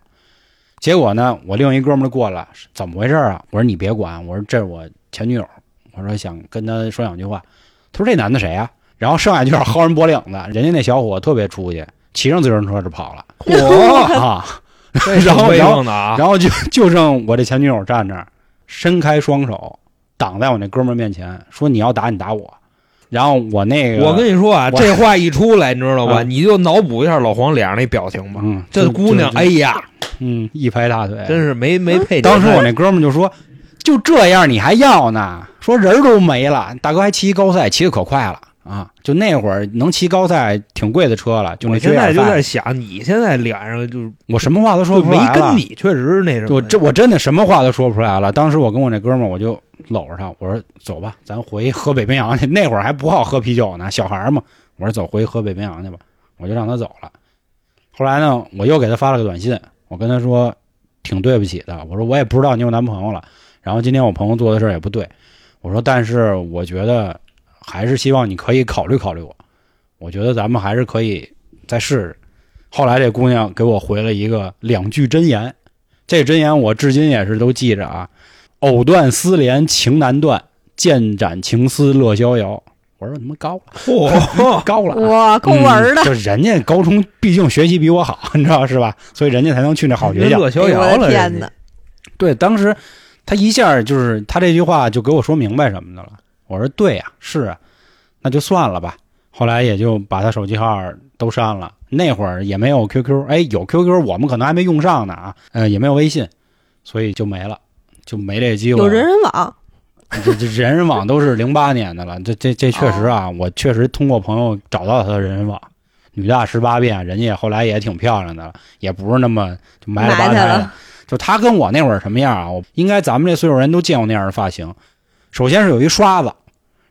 Speaker 2: 结果呢，我另一哥们儿过来，怎么回事啊？我说你别管，我说这是我前女友，我说想跟他说两句话。他说这男的谁啊？然后剩下就是薅人脖领子，人家那小伙特别出息，骑上自行车就跑 了。
Speaker 3: 嚯，
Speaker 2: 啊！
Speaker 3: 这挺
Speaker 2: 然后
Speaker 3: 威
Speaker 2: 然后
Speaker 3: 风的啊！
Speaker 2: 然后就就剩我这前女友站那儿，伸开双手挡在我那哥们儿面前，说你要打你打我。然后我那个
Speaker 3: 我跟你说啊，
Speaker 2: 我
Speaker 3: 这话一出来，你知道吧？
Speaker 2: 啊
Speaker 3: 你就脑补一下老黄脸上那表情吧。
Speaker 2: 嗯，
Speaker 3: 这
Speaker 2: 就
Speaker 3: 姑娘，
Speaker 2: 就就
Speaker 3: 哎呀，
Speaker 2: 嗯，一拍大腿，
Speaker 3: 真是没没配。
Speaker 2: 当时我那哥们儿就说：“就这样你还要呢？说人儿都没了，大哥还骑高赛，骑的可快了啊！就那会儿能骑高赛挺贵的车了，就
Speaker 3: 我
Speaker 2: 那
Speaker 3: 现在就在
Speaker 2: 在
Speaker 3: 想，你现在脸上就是
Speaker 2: 我什么话都说
Speaker 3: 就
Speaker 2: 不
Speaker 3: 没
Speaker 2: 出来了
Speaker 3: 跟。你确实是那什么。
Speaker 2: 我这我真的什么话都说不出来了。当时我跟我那哥们儿，我就搂着他，我说：“走吧，咱回喝北冰洋去。”那会儿还不好喝啤酒呢，小孩儿嘛。我说：“走，回喝北冰洋去吧。”我就让他走了。后来呢，我又给他发了个短信，我跟他说：“挺对不起的，我说我也不知道你有男朋友了，然后今天我朋友做的事儿也不对，我说但是我觉得还是希望你可以考虑考虑我，我觉得咱们还是可以再试试。”后来这姑娘给我回了一个两句真言，这真言我至今也是都记着啊。藕断丝连情难断，剑斩情丝乐逍遥。我说他妈高了，
Speaker 3: 嚯，
Speaker 2: 高了啊，
Speaker 4: 哇，够文儿的
Speaker 2: 嗯。就人家高中毕竟学习比我好，你知道是吧？所以人家才能去那 好学校。
Speaker 3: 乐
Speaker 4: 哎
Speaker 3: 逍
Speaker 4: 呦
Speaker 3: 遥
Speaker 4: 我
Speaker 3: 了，
Speaker 4: 的天
Speaker 3: 人
Speaker 4: 哪
Speaker 3: 家！
Speaker 2: 对，当时他一下就是他这句话就给我说明白什么的了。我说对呀、是啊，那就算了吧。后来也就把他手机号都删了。那会儿也没有 QQ，哎，有 QQ 我们可能还没用上呢啊，呃，也没有微信，所以就没了，就没这机会了。
Speaker 4: 有人人网，
Speaker 2: 这这人人网都是零八年的了，这这这确实
Speaker 4: 哦
Speaker 2: 啊，我确实通过朋友找到他的人人网，女大十八变，人家也后来也挺漂亮的了，也不是那么就埋了吧
Speaker 4: 埋汰
Speaker 2: 汰的
Speaker 4: 了。
Speaker 2: 就他跟我那会儿什么样啊？我应该咱们这岁数人都见过那样的发型。首先是有一刷子，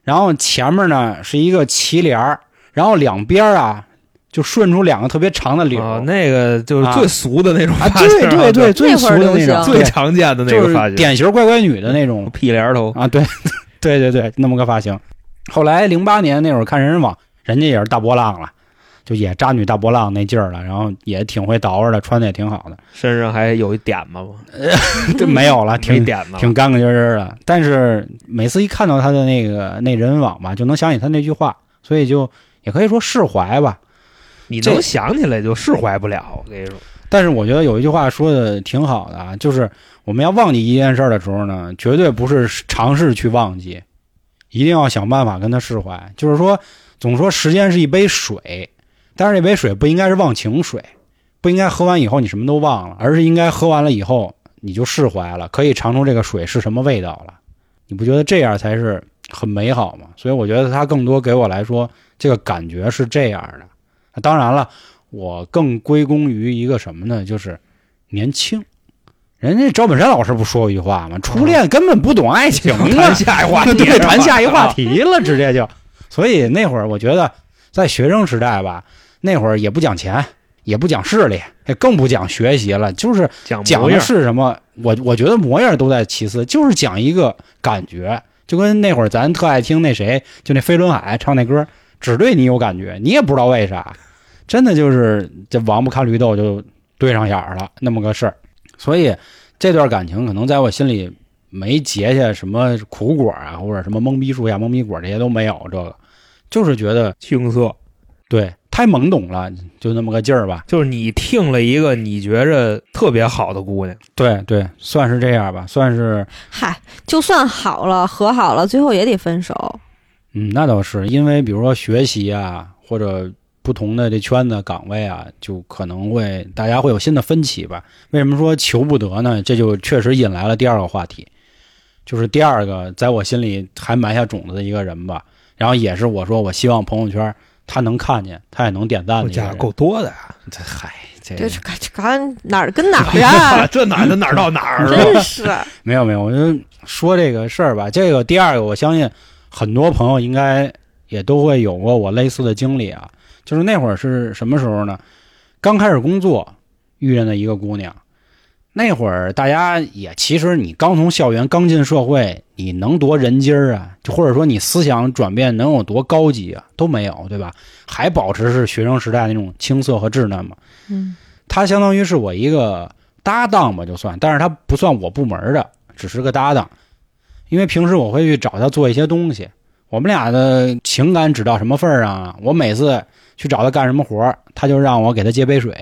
Speaker 2: 然后前面呢是一个齐帘儿，然后两边儿啊就顺出两个特别长的绺
Speaker 3: 啊
Speaker 2: 儿，。
Speaker 3: 那个就是
Speaker 2: 啊
Speaker 3: 最俗的那种
Speaker 2: 啊，
Speaker 3: 发型
Speaker 2: 对
Speaker 3: 啊，
Speaker 2: 对对，最
Speaker 4: 那
Speaker 2: 俗
Speaker 4: 会儿
Speaker 2: 的那
Speaker 4: 流
Speaker 2: 种，
Speaker 4: 行
Speaker 2: 对
Speaker 3: 最常见的 那
Speaker 2: 就
Speaker 3: 个发
Speaker 2: 是
Speaker 3: 型，
Speaker 2: 典型乖乖女的那种
Speaker 3: 屁帘儿头，
Speaker 2: 啊，对， 对对对，那么个发型。后来零八年那会儿看人人网，人家也是大波浪了，就也渣女大波浪那劲儿了，然后也挺会捯饬的，穿的也挺好的，
Speaker 3: 身上还有一点子吗？
Speaker 2: 这 没有了，
Speaker 3: 没
Speaker 2: 挺
Speaker 3: 点子吗，
Speaker 2: 挺干干净净的。但是每次一看到他的那个那人人网吧，就能想起他那句话，所以就也可以说释怀吧。
Speaker 3: 你
Speaker 2: 这
Speaker 3: 能想起来就释怀不了。我跟你说，
Speaker 2: 但是我觉得有一句话说的挺好的啊，就是我们要忘记一件事儿的时候呢，绝对不是尝试去忘记，一定要想办法跟它释怀。就是说，总说时间是一杯水，但是这杯水不应该是忘情水，不应该喝完以后你什么都忘了，而是应该喝完了以后你就释怀了，可以尝出这个水是什么味道了。你不觉得这样才是很美好吗？所以我觉得它更多给我来说，这个感觉是这样的。啊当然了，我更归功于一个什么呢？就是年轻。人家赵本山老师不说过一句话吗？初恋根本不懂爱情 啊！
Speaker 3: 谈下一话题
Speaker 2: 对，谈下一话
Speaker 3: 啊
Speaker 2: 题了，直接就。所以那会儿我觉得，在学生时代吧，那会儿也不讲钱，也不讲势力，也更不讲学习了，就是
Speaker 3: 讲
Speaker 2: 讲
Speaker 3: 模
Speaker 2: 的
Speaker 3: 样，
Speaker 2: 是什么？我我觉得模样都在其次，就是讲一个感觉，就跟那会儿咱特爱听那谁，就那飞轮海唱那歌，只对你有感觉，你也不知道为啥，真的就是这王八看绿豆就对上眼儿了那么个事儿。所以这段感情可能在我心里没结下什么苦果啊，或者什么懵逼树下懵逼果这些都没有，这个就是觉得
Speaker 3: 青涩，
Speaker 2: 对太懵懂了，就那么个劲儿吧。
Speaker 3: 就是你听了一个你觉着特别好的姑娘，
Speaker 2: 对对，算是这样吧，算是。
Speaker 4: 嗨，就算好了，和好了，最后也得分手。
Speaker 2: 嗯，那倒是，因为比如说学习啊，或者不同的这圈子岗位啊，就可能会大家会有新的分歧吧。为什么说求不得呢？这就确实引来了第二个话题，就是第二个在我心里还埋下种子的一个人吧。然后也是我说，我希望朋友圈他能看见，他也能点赞
Speaker 3: 我
Speaker 2: 的一个
Speaker 3: 家
Speaker 2: 人。
Speaker 3: 够多的 啊！？
Speaker 2: 这嗨，这
Speaker 4: 这这这刚哪儿跟哪
Speaker 2: 哎
Speaker 4: 儿啊
Speaker 3: 哎这哪儿的哪儿到哪儿了？
Speaker 4: 真是，
Speaker 2: 没有没有，我就说这个事儿吧。这个第二个，我相信很多朋友应该也都会有过我类似的经历啊。就是那会儿是什么时候呢？刚开始工作，遇见的一个姑娘。那会儿大家也其实你刚从校园刚进社会，你能多人精儿啊？就或者说你思想转变能有多高级啊？都没有，对吧？还保持是学生时代那种青涩和稚嫩嘛。
Speaker 4: 嗯，
Speaker 2: 他相当于是我一个搭档吧，就算，但是他不算我部门的，只是个搭档。因为平时我会去找他做一些东西，我们俩的情感只到什么份儿上啊？我每次去找他干什么活儿，他就让我给他接杯水，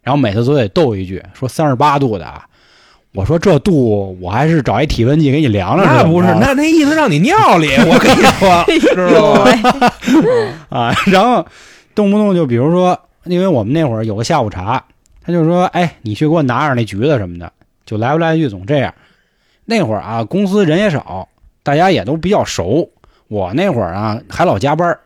Speaker 2: 然后每次都得逗一句，说三十八度的啊。我说这度我还是找一体温计给你量量。
Speaker 3: 那不是，
Speaker 2: 怎么着啊
Speaker 3: 那那意思让你尿里，我跟你 说，知道吗？
Speaker 4: 对，
Speaker 2: 啊，然后动不动就比如说，因为我们那会儿有个下午茶，他就说：“哎，你去给我拿点那橘子什么的。”就来不来去总这样。那会儿啊，公司人也少，大家也都比较熟。我那会儿啊，还老加班儿，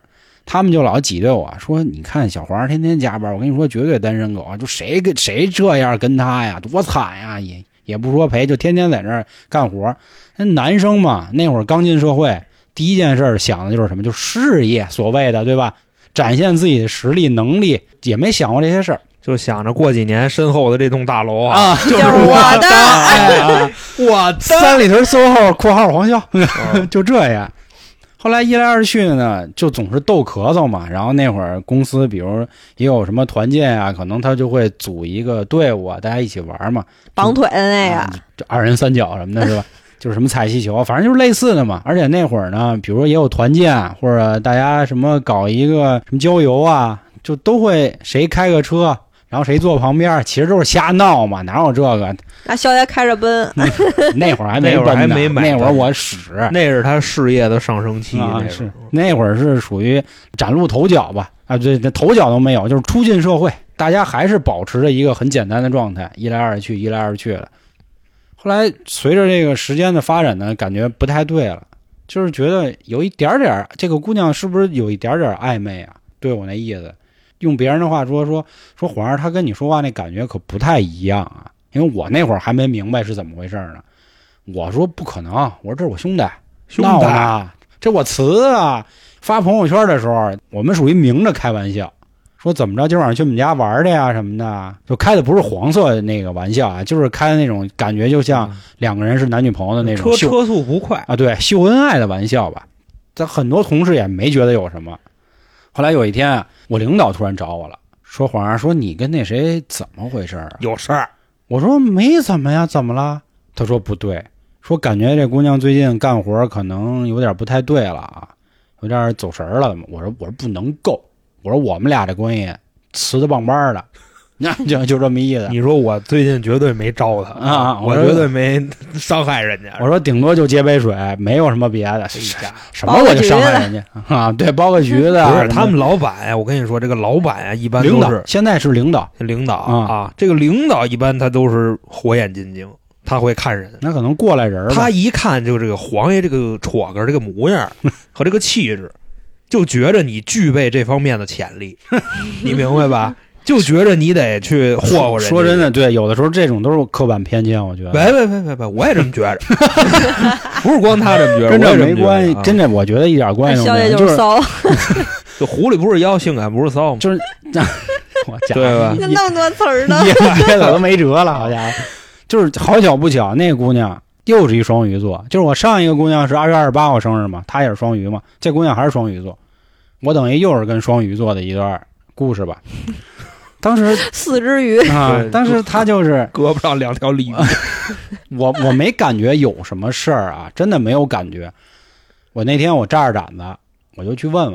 Speaker 2: 他们就老挤兑我说：“你看小黄天天加班，我跟你说绝对单身狗，啊就谁跟谁这样跟他呀，多惨呀，也也不说赔，就天天在那儿干活。”那男生嘛，那会儿刚进社会，第一件事儿想的就是什么，就事业，所谓的对吧？展现自己的实力能力，也没想过这些事儿
Speaker 3: 就想着过几年身后的这栋大楼啊，
Speaker 2: 啊。
Speaker 4: 就是我的。
Speaker 2: 哎啊
Speaker 3: 我
Speaker 2: 三里屯 SOHO（ 括号黄校）
Speaker 3: 哦
Speaker 2: 就这样。后来一来二去呢，就总是逗咳嗽嘛。然后那会儿公司，比如也有什么团建啊，可能他就会组一个队伍啊，大家一起玩嘛。
Speaker 4: 绑腿的那
Speaker 2: 啊
Speaker 4: 个，
Speaker 2: 这二人三角什么的，是吧？ 就是什么踩气球，啊反正就是类似的嘛。而且那会儿呢，比如说也有团建，或者大家什么搞一个什么郊游啊，就都会谁开个车，然后谁坐旁边，其实都是瞎闹嘛，哪有这个？
Speaker 4: 那肖爷开着奔，
Speaker 2: 那会儿还没
Speaker 3: 那会儿还
Speaker 2: 奔呢
Speaker 3: 没买
Speaker 2: 那会儿
Speaker 3: 奔
Speaker 2: 我使，
Speaker 3: 那是他事业的上升期，
Speaker 2: 啊
Speaker 3: 那，
Speaker 2: 是那会儿是属于崭露头角吧？啊，对，这头角都没有，就是初进社会，大家还是保持着一个很简单的状态，一来二去，一来二去的。后来随着这个时间的发展呢，感觉不太对了，就是觉得有一点点儿，这个姑娘是不是有一点点儿暧昧啊？对我那意思，用别人的话说说说，皇上她跟你说话那感觉可不太一样啊，因为我那会儿还没明白是怎么回事儿呢。我说不可能，我说这是我兄弟，
Speaker 3: 兄
Speaker 2: 闹
Speaker 3: 弟
Speaker 2: 呢，这我辞啊！发朋友圈的时候，我们属于明着开玩笑，说怎么着今晚上去我们家玩去呀什么的，就开的不是黄色那个玩笑啊，就是开的那种感觉，就像两个人是男女朋友的那种
Speaker 3: 车
Speaker 2: 秀
Speaker 3: 车速不快，
Speaker 2: 啊，对，秀恩爱的玩笑吧。咱很多同事也没觉得有什么。后来有一天啊，我领导突然找我了，说皇上说你跟那谁怎么回事儿啊？
Speaker 3: 有事儿，
Speaker 2: 我说没怎么呀，怎么了？他说不对，说感觉这姑娘最近干活可能有点不太对了啊，有点走神儿了。我说我说不能够，我说我们俩这关系瓷的棒棒的， 那就就这么意思。
Speaker 3: 你说我最近绝对没招他
Speaker 2: 啊
Speaker 3: 我
Speaker 2: 我说
Speaker 3: 绝对没伤害人家。
Speaker 2: 我说啊顶多就接杯水，没有什么别的，
Speaker 3: 哎呀，
Speaker 2: 什么我就伤害人家啊？对，包个橘子啊，
Speaker 3: 不
Speaker 2: 什么
Speaker 3: 是
Speaker 2: 的
Speaker 3: 他们老板呀，我跟你说，这个老板呀，一般
Speaker 2: 领
Speaker 3: 都
Speaker 2: 导
Speaker 3: 是
Speaker 2: 现在是领导
Speaker 3: 领导
Speaker 2: 啊
Speaker 3: 啊，这个领导一般他都是火眼金睛，他会看人。
Speaker 2: 那可能过来人儿吧
Speaker 3: 他一看就这个皇爷这个戳个这个模样儿和这个气质，就觉着你具备这方面的潜 力，你明白吧？就觉着你得去霍霍人家。
Speaker 2: 说真的，对，有的时候这种都是刻板偏见，我觉得
Speaker 3: 喂，喂喂喂喂，我也这么 觉着，不是光他这么觉着，
Speaker 2: 跟
Speaker 3: 我
Speaker 2: 这
Speaker 3: 也这
Speaker 2: 没
Speaker 3: 么觉着
Speaker 2: 关系
Speaker 3: 啊，
Speaker 2: 真的，我觉得一点关系都
Speaker 4: 宵
Speaker 2: 没
Speaker 4: 爷
Speaker 2: 有，
Speaker 4: 就 是骚，
Speaker 3: 就狐狸不是妖，性感不是 骚嘛。
Speaker 2: 就是， 我假
Speaker 3: 对吧
Speaker 2: 也
Speaker 4: 么多词儿
Speaker 2: 也憋的都没辙了，好家伙，就是好巧不巧，那姑娘又是一双鱼座，就是我上一个姑娘是二月二十八号生日嘛，她也是双鱼嘛，这姑娘还是双鱼座，我等于又是跟双鱼座的一段故 事吧。当时
Speaker 4: 四只鱼，
Speaker 2: 啊
Speaker 3: 对，
Speaker 2: 当时她就是
Speaker 3: 胳膊上两条鲤鱼，
Speaker 2: 我我没感觉有什么事儿啊，真的没有感觉。我那天我扎着胆子，我就去问问，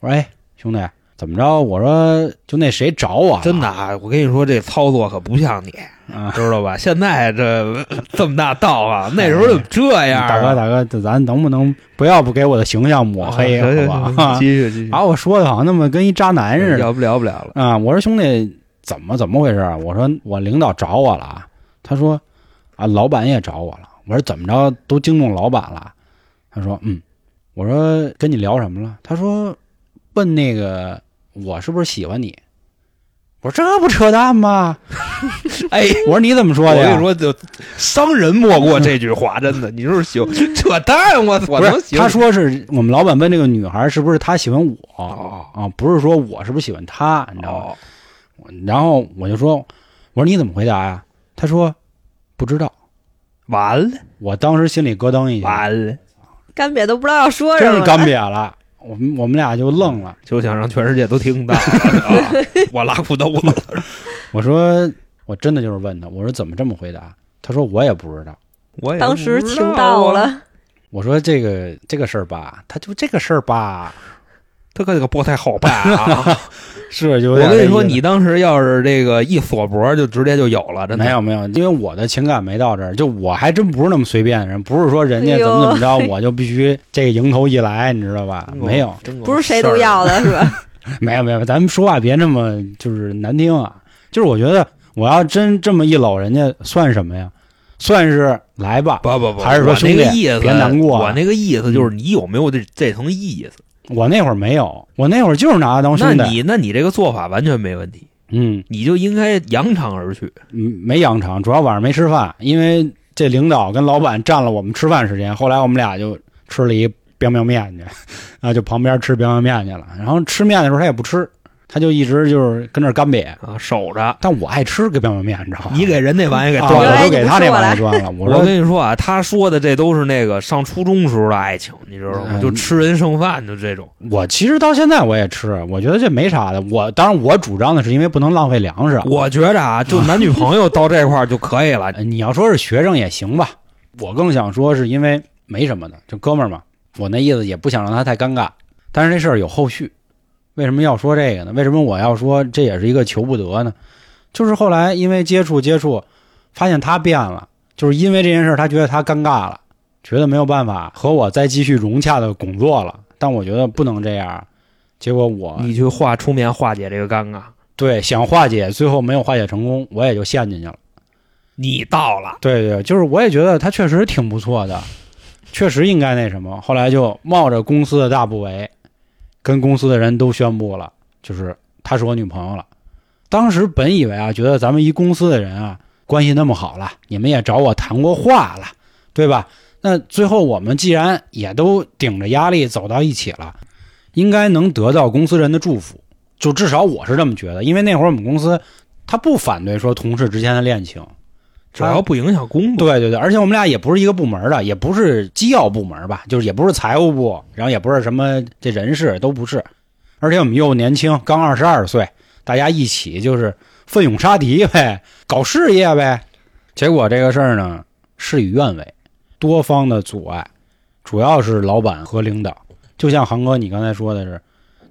Speaker 2: 我说：“哎，兄弟，怎么着？”我说：“就那谁找我、
Speaker 3: 真的，啊！我跟你说，这操作可不像你，
Speaker 2: 啊，
Speaker 3: 知道吧？现在这 这么大道啊，那时候怎么这样啊？
Speaker 2: 大哥大哥，这咱能不能不要不给我的形象抹黑，
Speaker 3: 啊行
Speaker 2: 好
Speaker 3: 行
Speaker 2: 吧
Speaker 3: 行？ 继续继续，
Speaker 2: 把我说的好像那么跟一渣男似的
Speaker 3: 要不聊不了了。
Speaker 2: 啊！我说兄弟，怎么怎么回事啊？我说我领导找我了啊，他说啊，老板也找我了。我说怎么着都惊动老板了？他说嗯。我说跟你聊什么了？他说问那个我是不是喜欢你？我说这不扯淡吗？
Speaker 3: 哎，
Speaker 2: 我说你怎么说
Speaker 3: 我
Speaker 2: 的
Speaker 3: 跟
Speaker 2: 呀
Speaker 3: 你？说，就伤人莫过这句话，真的，你就是行，扯淡，啊我我能
Speaker 2: 不是，
Speaker 3: 行？
Speaker 2: 他说是我们老板问这个女孩是不是她喜欢我、
Speaker 3: 哦
Speaker 2: 啊，不是说我是不是喜欢她，你知道吗？
Speaker 3: 哦，
Speaker 2: 然后我就说，我说你怎么回答呀？他说不知道。
Speaker 3: 完了
Speaker 2: 我当时心里咯噔一下，
Speaker 3: 完了，
Speaker 4: 干瘪都不知道要说什
Speaker 2: 真是
Speaker 4: 么。
Speaker 2: 干瘪了。我们我们俩就愣了。
Speaker 3: 就想让全世界都 听到，啊我拉裤兜子了。
Speaker 2: 我说我真的就是问他，我说怎么这么回答？他说我也不知道。
Speaker 3: 我也
Speaker 4: 当时
Speaker 3: 不知
Speaker 4: 听
Speaker 3: 道啊
Speaker 4: 到，了，
Speaker 2: 我说这个这个事儿吧，他就这个事儿吧，
Speaker 3: 他可这个不太好办 啊！
Speaker 2: 是有
Speaker 3: 我
Speaker 2: 点
Speaker 3: 跟你说，
Speaker 2: 这意
Speaker 3: 你
Speaker 2: 思
Speaker 3: 当时要是这个一锁脖，就直接就有了，真的啊
Speaker 2: 没有没有，因为我的情感没到这儿，就我还真不是那么随便的人，不是说人家怎么怎么着，我就必须这个迎头一来，你知道吧？没有，
Speaker 3: 真够
Speaker 4: 不是谁都要的是 吧？
Speaker 2: 没有没有，咱们说话别那么就是难听啊。就是我觉得我要真这么一搂人家，算什么呀？算是来吧。
Speaker 3: 事儿。不不不，
Speaker 2: 还是说
Speaker 3: 我
Speaker 2: 兄
Speaker 3: 那
Speaker 2: 弟
Speaker 3: 个意思，
Speaker 2: 别难过啊
Speaker 3: 我那个意思就是你有没有这这层意思？
Speaker 2: 我那会儿没有，我那会儿就是拿他当
Speaker 3: 那
Speaker 2: 兄弟。
Speaker 3: 你那你这个做法完全没问题，
Speaker 2: 嗯，
Speaker 3: 你就应该扬长而去。
Speaker 2: 嗯没养成，主要晚上没吃饭，因为这领导跟老板占了我们吃饭时间。后来我们俩就吃了一 biang biang 面去， 啊，就旁边吃 biang biang 面去了。然后吃面的时候他也不吃，他就一直就是跟那儿干瘪。
Speaker 3: 啊，守着。
Speaker 2: 但我爱吃个 biang biang 面，你知道吗？
Speaker 3: 你给人那玩意给
Speaker 2: 啊，
Speaker 3: 断
Speaker 4: 原
Speaker 2: 我
Speaker 3: 了。
Speaker 4: 来
Speaker 2: 都
Speaker 4: 你
Speaker 2: 给
Speaker 4: 不
Speaker 2: 他
Speaker 4: 是
Speaker 2: 那
Speaker 4: 我
Speaker 2: 玩意
Speaker 4: 来
Speaker 2: 儿端了。 我
Speaker 3: 我
Speaker 2: 说
Speaker 3: 跟你说啊，他说的这都是那个上初中时候的爱情，你知道吗？
Speaker 2: 嗯
Speaker 3: 就吃人剩饭就这种。
Speaker 2: 我其实到现在我也吃，我觉得这没啥的。我当然我主张的是因为不能浪费粮食。
Speaker 3: 我觉着啊，就男女朋友到这块儿就 可以了。
Speaker 2: 呃你要说是学生也行吧，我更想说是因为没什么的，就哥们儿嘛。我那意思也不想让他太尴尬，但是这事儿有后续。为什么要说这个呢？为什么我要说这也是一个求不得呢？就是后来因为接触接触，发现他变了，就是因为这件事儿，他觉得他尴尬了，觉得没有办法和我再继续融洽的工作了。但我觉得不能这样，结果我
Speaker 3: 你去化出面化解这个尴尬，
Speaker 2: 对，想化解，最后没有化解成功，我也就陷进去了。
Speaker 3: 你到了，
Speaker 2: 对对，就是我也觉得他确实挺不错的，确实应该那什么。后来就冒着公司的大不韪，跟公司的人都宣布了，就是她是我女朋友了。当时本以为啊，觉得咱们一公司的人啊关系那么好了，你们也找我谈过话了，对吧？那最后我们既然也都顶着压力走到一起了，应该能得到公司人的祝福，就至少我是这么觉得。因为那会儿我们公司他不反对说同事之间的恋情，
Speaker 3: 只要不影响工作，
Speaker 2: 对对对，而且我们俩也不是一个部门的，也不是机要部门吧，就是也不是财务部，然后也不是什么这人事都不是，而且我们又年轻，刚二十二岁，大家一起就是奋勇杀敌呗，搞事业呗。结果这个事儿呢，事与愿违，多方的阻碍，主要是老板和领导。就像航哥你刚才说的是，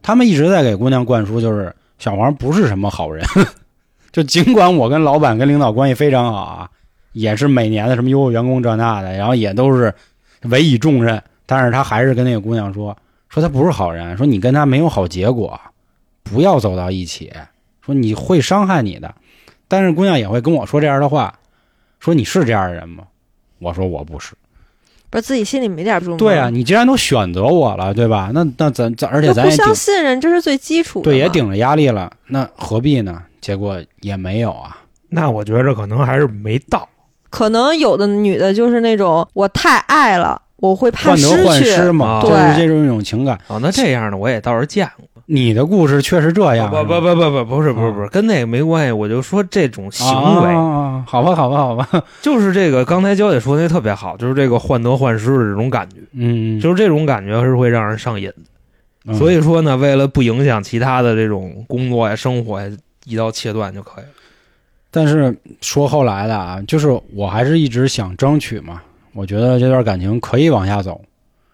Speaker 2: 他们一直在给姑娘灌输，就是小王不是什么好人。 就尽管我跟老板跟领导关系非常好啊，也是每年的什么优秀员工这那的，然后也都是委以重任，但是他还是跟那个姑娘说，说他不是好人，说你跟他没有好结果，不要走到一起，说你会伤害你的。但是姑娘也会跟我说这样的话，说你是这样的人吗？我说我不是。
Speaker 4: 不是自己心里没点数吗？
Speaker 2: 对啊，，你既然都选择我了，对吧？那那咱咱而且咱
Speaker 4: 不
Speaker 2: 也顶
Speaker 4: 相信任，这是最基础的。
Speaker 2: 对也。顶着压力了，那何必呢？结果也没有啊。
Speaker 3: 那我觉着可能还是没到，
Speaker 4: 可能有的女的就是那种我太爱了，我会怕
Speaker 2: 患
Speaker 4: 失
Speaker 2: 得患
Speaker 4: 去。
Speaker 2: 失嘛，
Speaker 3: 啊
Speaker 2: 就是这
Speaker 4: 对
Speaker 2: 种一种情感。
Speaker 3: 哦，那这样的我也倒是见过。
Speaker 2: 你的故事确实这样，
Speaker 3: 不
Speaker 2: 是
Speaker 3: 不
Speaker 2: 吧
Speaker 3: 不不不，不是不是不是，啊跟那个没关系。我就说这种行
Speaker 2: 啊
Speaker 3: 为，
Speaker 2: 啊啊啊好吧，好吧，好吧，
Speaker 3: 就是这个刚才娇姐说那特别好，就是这个患得患失的这种感觉，
Speaker 2: 嗯，
Speaker 3: 就是这种感觉是会让人上瘾的。
Speaker 2: 嗯
Speaker 3: 所以说呢，为了不影响其他的这种工作呀、生活呀，一刀切断就可以了。
Speaker 2: 但是说后来的啊，就是我还是一直想争取嘛，我觉得这段感情可以往下走。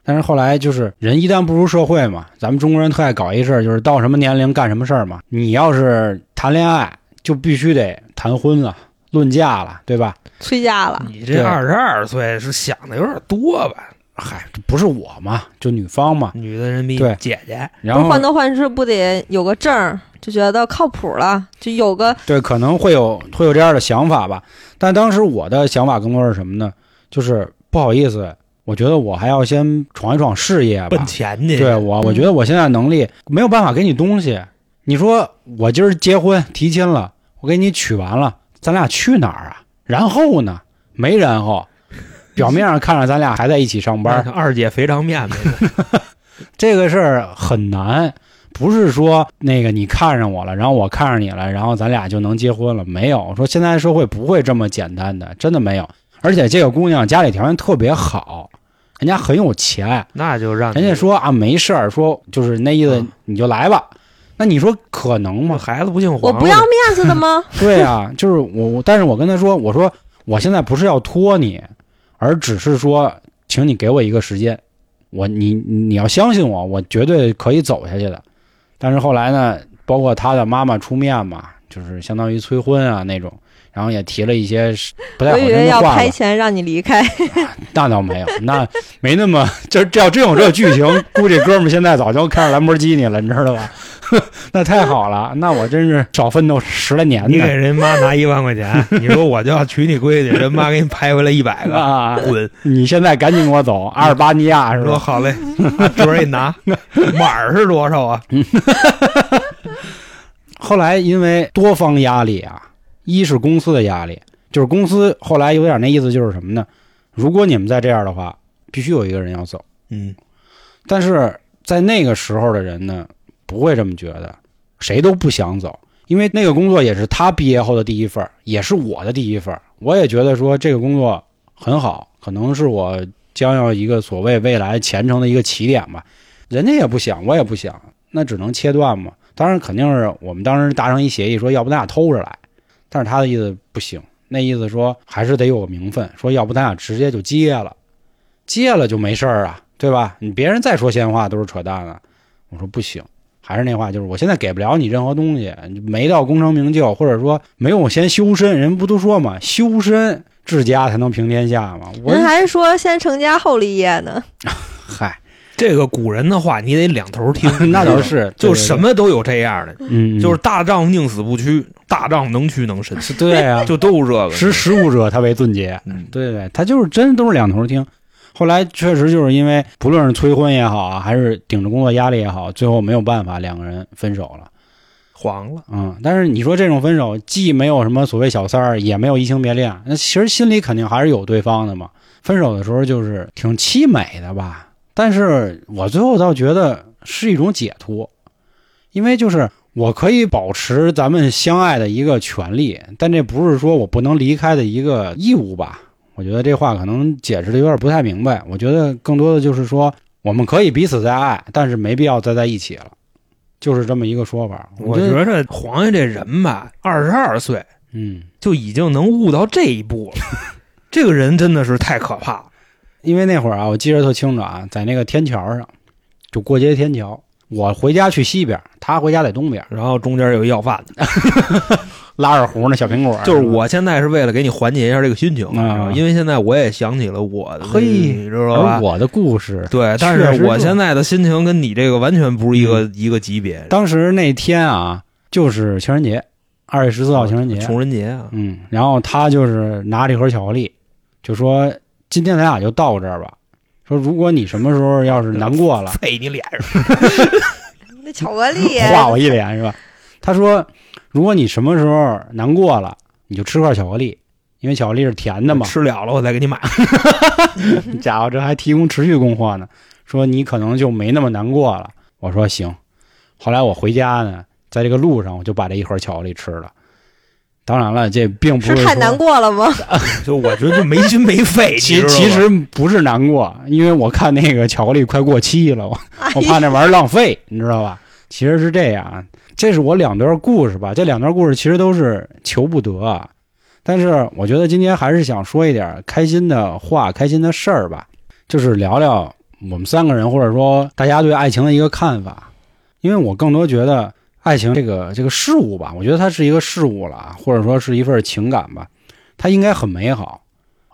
Speaker 2: 但是后来就是人一旦步入社会嘛，咱们中国人特爱搞一事儿，就是到什么年龄干什么事儿嘛。你要是谈恋爱，就必须得谈婚了、论嫁了，对吧？
Speaker 4: 催嫁了，
Speaker 3: 你
Speaker 2: 啊对
Speaker 3: 这二十二岁是想的有点多吧？
Speaker 2: 嗨，不是我嘛，就女方嘛。
Speaker 3: 女的人比
Speaker 2: 啊对啊
Speaker 3: 你姐姐，
Speaker 2: 然
Speaker 4: 不
Speaker 2: 后
Speaker 4: 患得患失，不得有个证儿，就觉得靠谱了，就有个
Speaker 2: 对，可能会有会有这样的想法吧。但当时我的想法更多是什么呢？就是不好意思，我觉得我还要先闯一闯事业吧，
Speaker 3: 奔钱去。
Speaker 2: 对我，我觉得我现在能力没有办法给你东西。你说我今儿结婚提亲了，我给你娶完了，咱俩去哪儿啊？然后呢？没然后。表面上看着咱俩还在一起上 班，
Speaker 3: 那二姐肥肠面子，
Speaker 2: 这个事儿很难，不是说那个你看上我了，然后我看上你了，然后咱俩就能结婚了。没有，说现在社会不会这么简单的，真的没有。而且这个姑娘家里条件特别好，人家很有钱，
Speaker 3: 那就让
Speaker 2: 人家说啊，没事儿，说就是那意思
Speaker 3: 啊嗯，
Speaker 2: 你就来吧。那你说可能
Speaker 3: 我
Speaker 2: 吗？
Speaker 3: 孩子不姓黄，
Speaker 4: 我不要面子的吗？
Speaker 2: 对啊，就是我，我但是我跟他说，我说我现在不是要拖你，而只是说，请你给我一个时间，我你你要相信我，我绝对可以走下去的。但是后来呢，包括他的妈妈出面嘛，就是相当于催婚啊那种，然后也提了一些 不太好
Speaker 4: 我以
Speaker 2: 听
Speaker 4: 为
Speaker 2: 的
Speaker 4: 要
Speaker 2: 话吧
Speaker 4: 拍。钱让你离开，
Speaker 2: 那倒没有，那没那么，这这要真有这剧情，估计哥们儿现在早就开着兰博基尼了，你知道吧？ 那太好了，那我真是少奋斗十来年
Speaker 3: 你给
Speaker 2: 呢。
Speaker 3: 人妈拿一万块钱，你说我就要娶你闺女，人妈给你拍回来一百个，
Speaker 2: 啊，
Speaker 3: 滚！
Speaker 2: 你现在赶紧给我 走，阿尔巴尼亚是
Speaker 3: 说
Speaker 2: 吧？
Speaker 3: 好嘞，昨儿一拿，码儿是多少啊？
Speaker 2: 后来因为多方压力啊，一是公司的压力，就是公司后来有点那意思，就是什么呢？如果你们再这样的话，必须有一个人要走。
Speaker 3: 嗯，
Speaker 2: 但是在那个时候的人呢，不会这么觉得，谁都不想走，因为那个工作也是他毕业后的第一份儿，也是我的第一份儿。我也觉得说这个工作很好，可能是我将要一个所谓未来前程的一个起点吧。人家也不想，我也不想，那只能切断嘛。当然，肯定是我们当时达成一协议，说要不咱俩偷着来。但是他的意思不行，那意思说还是得有个名分，说要不咱俩直接就接了。接了就没事儿啊，对吧？你别人再说闲话都是扯淡啊。我说不行，还是那话，就是我现在给不了你任何东西，没到功成名就，或者说没有先修身，人不都说嘛，修身治家才能平天下嘛。我
Speaker 4: 人 还说先成家后立业呢。
Speaker 2: 嗨，，
Speaker 3: 这个古人的话你得两头听
Speaker 2: 那倒，是，
Speaker 3: 就
Speaker 2: 对
Speaker 3: 什，么都有这样的，
Speaker 2: 对对嗯，
Speaker 3: 就是大丈夫宁死不屈，大丈夫能屈能伸，
Speaker 2: 是对啊，
Speaker 3: 就都是这个。
Speaker 2: 识时务者他为俊杰。
Speaker 3: 嗯，
Speaker 2: 对对，他就是真都是两头听。后来确实就是因为不论是催婚也好啊，还是顶着工作压力也好，最后没有办法，两个人分手了。
Speaker 3: 黄了，
Speaker 2: 嗯，但是你说这种分手，既没有什么所谓小三儿，也没有移情别恋，那其实心里肯定还是有对方的嘛。分手的时候就是挺凄美的吧，但是我最后倒觉得是一种解脱，因为就是我可以保持咱们相爱的一个权利，但这不是说我不能离开的一个义务吧。我觉得这话可能解释的有点不太明白。我觉得更多的就是说，我们可以彼此再爱，但是没必要再在一起了，就是这么一个说法。
Speaker 3: 我
Speaker 2: 觉得
Speaker 3: 觉着黄爷这人吧，二十二岁
Speaker 2: 嗯，
Speaker 3: 就已经能悟到这一 步了，这个人真的是太可怕了。
Speaker 2: 因为那会儿啊，我记得特清楚啊，在那个天桥上，就过街天桥，我回家去西边，他回家在东边，
Speaker 3: 然后中间有一要饭的，
Speaker 2: 拉着胡那小苹果，
Speaker 3: 就是我现在是为了给你缓解一下这个心情，
Speaker 2: 啊
Speaker 3: 你知道吗因为现在我也想起了我的，
Speaker 2: 嘿
Speaker 3: 你知道吧
Speaker 2: 而？我的故事。
Speaker 3: 对，但
Speaker 2: 确实
Speaker 3: 是我
Speaker 2: 是嗯
Speaker 3: 现在的心情跟你这个完全不是一个、一个级别。
Speaker 2: 当时那天啊，就是情人节，二月十四号情人节，
Speaker 3: 穷人节啊，
Speaker 2: 嗯，然后他就是拿了一盒巧克力，就说今天咱俩就到这儿吧。说如果你什么时候要是难过 了，
Speaker 3: 呸你脸上，
Speaker 4: 那巧克力
Speaker 2: 画我一脸是吧？他说如果你什么时候难过了，你就吃块巧克力，因为巧克力是甜的嘛。
Speaker 3: 吃了了我再给你买。
Speaker 2: 家伙，这还提供持续供货呢。说你可能就没那么难过了。我说行。后来我回家呢，在这个路上我就把这一盒巧克力吃了。当然了，这并不
Speaker 4: 是
Speaker 2: 是
Speaker 4: 太
Speaker 2: 说
Speaker 4: 难过了吗？
Speaker 3: 就我觉得就没心没 肺，你
Speaker 2: 其
Speaker 3: 知道吧
Speaker 2: 其实不是难过，因为我看那个巧克力快过期了，我
Speaker 4: 哎
Speaker 2: 我怕那玩意儿浪费，你知道吧？其实是这样啊，这是我两段故事吧，这两段故事其实都是求不得啊，但是我觉得今天还是想说一点开心的话、开心的事儿吧，就是聊聊我们三个人或者说大家对爱情的一个看法，因为我更多觉得爱情这个这个事物吧，我觉得它是一个事物了啊，或者说是一份情感吧，它应该很美好。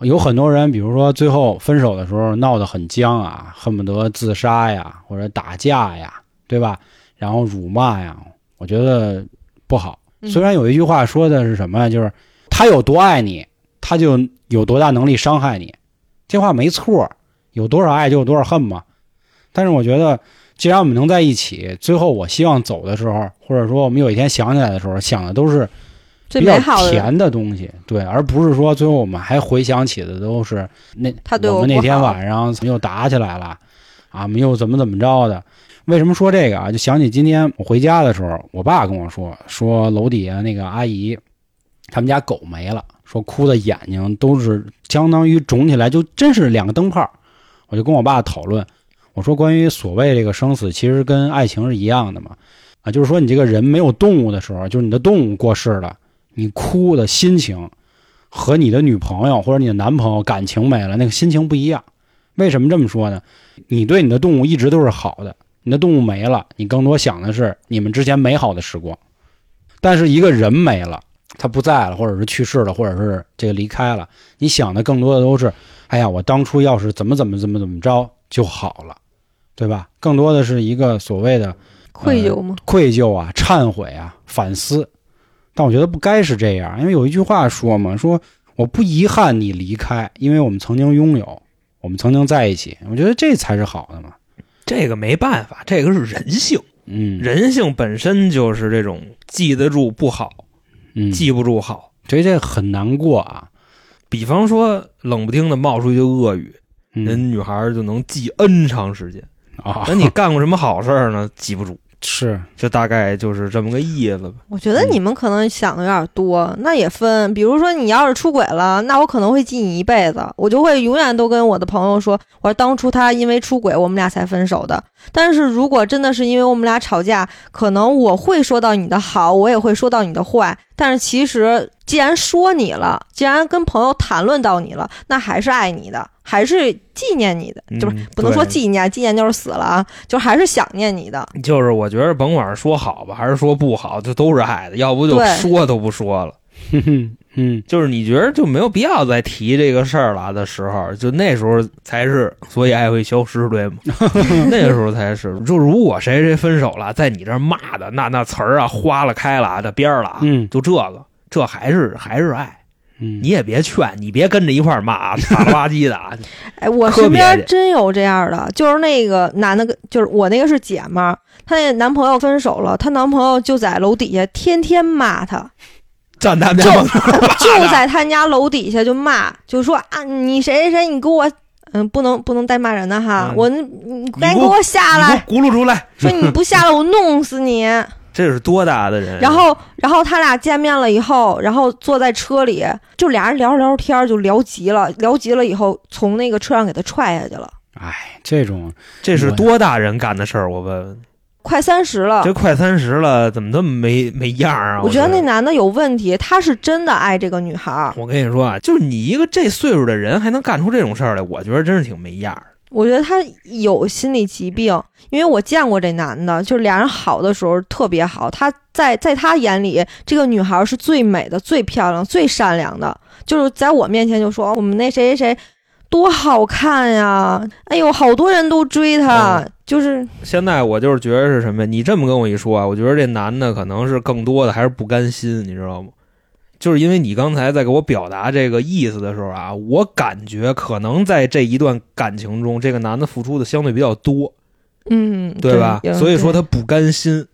Speaker 2: 有很多人，比如说最后分手的时候闹得很僵啊，恨不得自杀呀，或者打架呀，对吧？然后辱骂呀，我觉得不好。
Speaker 4: 嗯
Speaker 2: 虽然有一句话说的是什么呀，就是他有多爱你，他就有多大能力伤害你，这话没错，有多少爱就有多少恨嘛。但是我觉得，既然我们能在一起，最后我希望走的时候，或者说我们有一天想起来的时候，想的都是
Speaker 4: 最
Speaker 2: 比较
Speaker 4: 美好的
Speaker 2: 甜的东西，对，而不是说最后我们还回想起的都是那
Speaker 4: 他对
Speaker 2: 我
Speaker 4: 我
Speaker 2: 们那
Speaker 4: 不
Speaker 2: 天
Speaker 4: 好
Speaker 2: 晚上又打起来了，啊，我们又怎么怎么着的？为什么说这个啊？就想起今天我回家的时候，我爸跟我说，说楼底下那个阿姨，他们家狗没了，说哭的眼睛都是相当于肿起来，就真是两个灯泡儿。我就跟我爸讨论，我说关于所谓这个生死，其实跟爱情是一样的嘛，啊，就是说你这个人没有动物的时候，就是你的动物过世了，你哭的心情和你的女朋友或者你的男朋友感情没了，那个心情不一样。为什么这么说呢？你对你的动物一直都是好的，你的动物没了，你更多想的是你们之前美好的时光。但是一个人没了，他不在了，或者是去世了，或者是这个离开了，你想的更多的都是，哎呀，我当初要是怎么怎么怎么怎么着就好了，对吧？更多的是一个所谓的
Speaker 4: 愧疚吗？
Speaker 2: 愧疚啊、忏悔啊、反思。但我觉得不该是这样，因为有一句话说嘛，说我不遗憾你离开，因为我们曾经拥有，我们曾经在一起。我觉得这才是好的嘛。
Speaker 3: 这个没办法，这个是人性，
Speaker 2: 嗯，
Speaker 3: 人性本身就是这种记得住不好，
Speaker 2: 嗯，
Speaker 3: 记不住好。
Speaker 2: 所以这很难过啊。
Speaker 3: 比方说，冷不丁的冒出一句恶语，
Speaker 2: 嗯
Speaker 3: 人女孩就能记 N 长时 间。
Speaker 2: 啊，
Speaker 3: 那你干过什么好事儿呢？记不住，
Speaker 2: 是
Speaker 3: 就大概就是这么个意思吧。
Speaker 4: 我觉得你们可能想的有点多，那也分。比如说，你要是出轨了，那我可能会记你一辈子，我就会永远都跟我的朋友说，我说当初他因为出轨，我们俩才分手的。但是如果真的是因为我们俩吵架，可能我会说到你的好，我也会说到你的坏。但是其实，既然说你了，既然跟朋友谈论到你了，那还是爱你的，还是纪念你的，就不是
Speaker 3: 嗯
Speaker 4: 不能说
Speaker 3: 对
Speaker 4: 纪念，纪念就是死了啊，就还是想念你的。
Speaker 3: 就是我觉得，甭管是说好吧，还是说不好，这都是爱的。要不就
Speaker 4: 对
Speaker 3: 说都不说了。
Speaker 2: 哼哼嗯
Speaker 3: 就是你觉得就没有必要再提这个事儿了的时候，就那时候才是，所以爱会消失，对 吗？那个时候才是。就如果谁谁分手了，在你这儿骂的那那词儿啊，花了开了啊，这边儿了啊，
Speaker 2: 嗯
Speaker 3: 就这个，这还是还是爱。
Speaker 2: 嗯
Speaker 3: 你，也别劝，你别跟着一块儿骂 啊，傻了吧唧的啊。
Speaker 4: 哎，我
Speaker 3: 特
Speaker 4: 身
Speaker 3: 别
Speaker 4: 边
Speaker 3: 的
Speaker 4: 真有这样的，就是那个男的跟，就是我那个是姐们儿，她那男朋友分手了，她男朋友就在楼底下天天 骂她，
Speaker 3: 站他们
Speaker 4: 就
Speaker 3: 家门口
Speaker 4: 就在她家楼底下就骂，就说啊，你谁谁谁，你给我，嗯，不能不能带骂人的哈，
Speaker 3: 嗯
Speaker 4: 我你你赶
Speaker 3: 给
Speaker 4: 紧给
Speaker 3: 我
Speaker 4: 我下
Speaker 3: 你
Speaker 4: 啊来，
Speaker 3: 给我轱辘出来，
Speaker 4: 说你不下来我弄死 你。
Speaker 3: 这是多大的人？啊
Speaker 4: 然后然后他俩见面了以后，然后坐在车里，就俩人聊着聊着天儿就聊急了，聊急了以后从那个车上给他踹下去了，
Speaker 2: 哎，这种
Speaker 3: 这是多大人干的事儿？我问问，
Speaker 4: 快三十了，
Speaker 3: 这快三十了，怎么这么没没样儿啊？
Speaker 4: 我
Speaker 3: 我
Speaker 4: 觉得那男的有问题，他是真的爱这个女孩儿。
Speaker 3: 我跟你说啊，就是你一个这岁数的人还能干出这种事儿来，我觉得真是挺没样儿。
Speaker 4: 我觉得他有心理疾病，因为我见过这男的，就是俩人好的时候特别好，他在在他眼里，这个女孩儿是最美的、最漂亮、最善良的，就是在我面前就说哦我们那谁谁谁多好看呀，哎呦，好多人都追他，就是
Speaker 3: 现在我就是觉得是什么呀？你这么跟我一说啊，我觉得这男的可能是更多的还是不甘心，你知道吗？就是因为你刚才在给我表达这个意思的时候啊，我感觉可能在这一段感情中，这个男的付出的相对比较多，
Speaker 4: 嗯，
Speaker 3: 对吧？
Speaker 4: 有
Speaker 3: 所以说
Speaker 4: 对
Speaker 3: 他不甘心，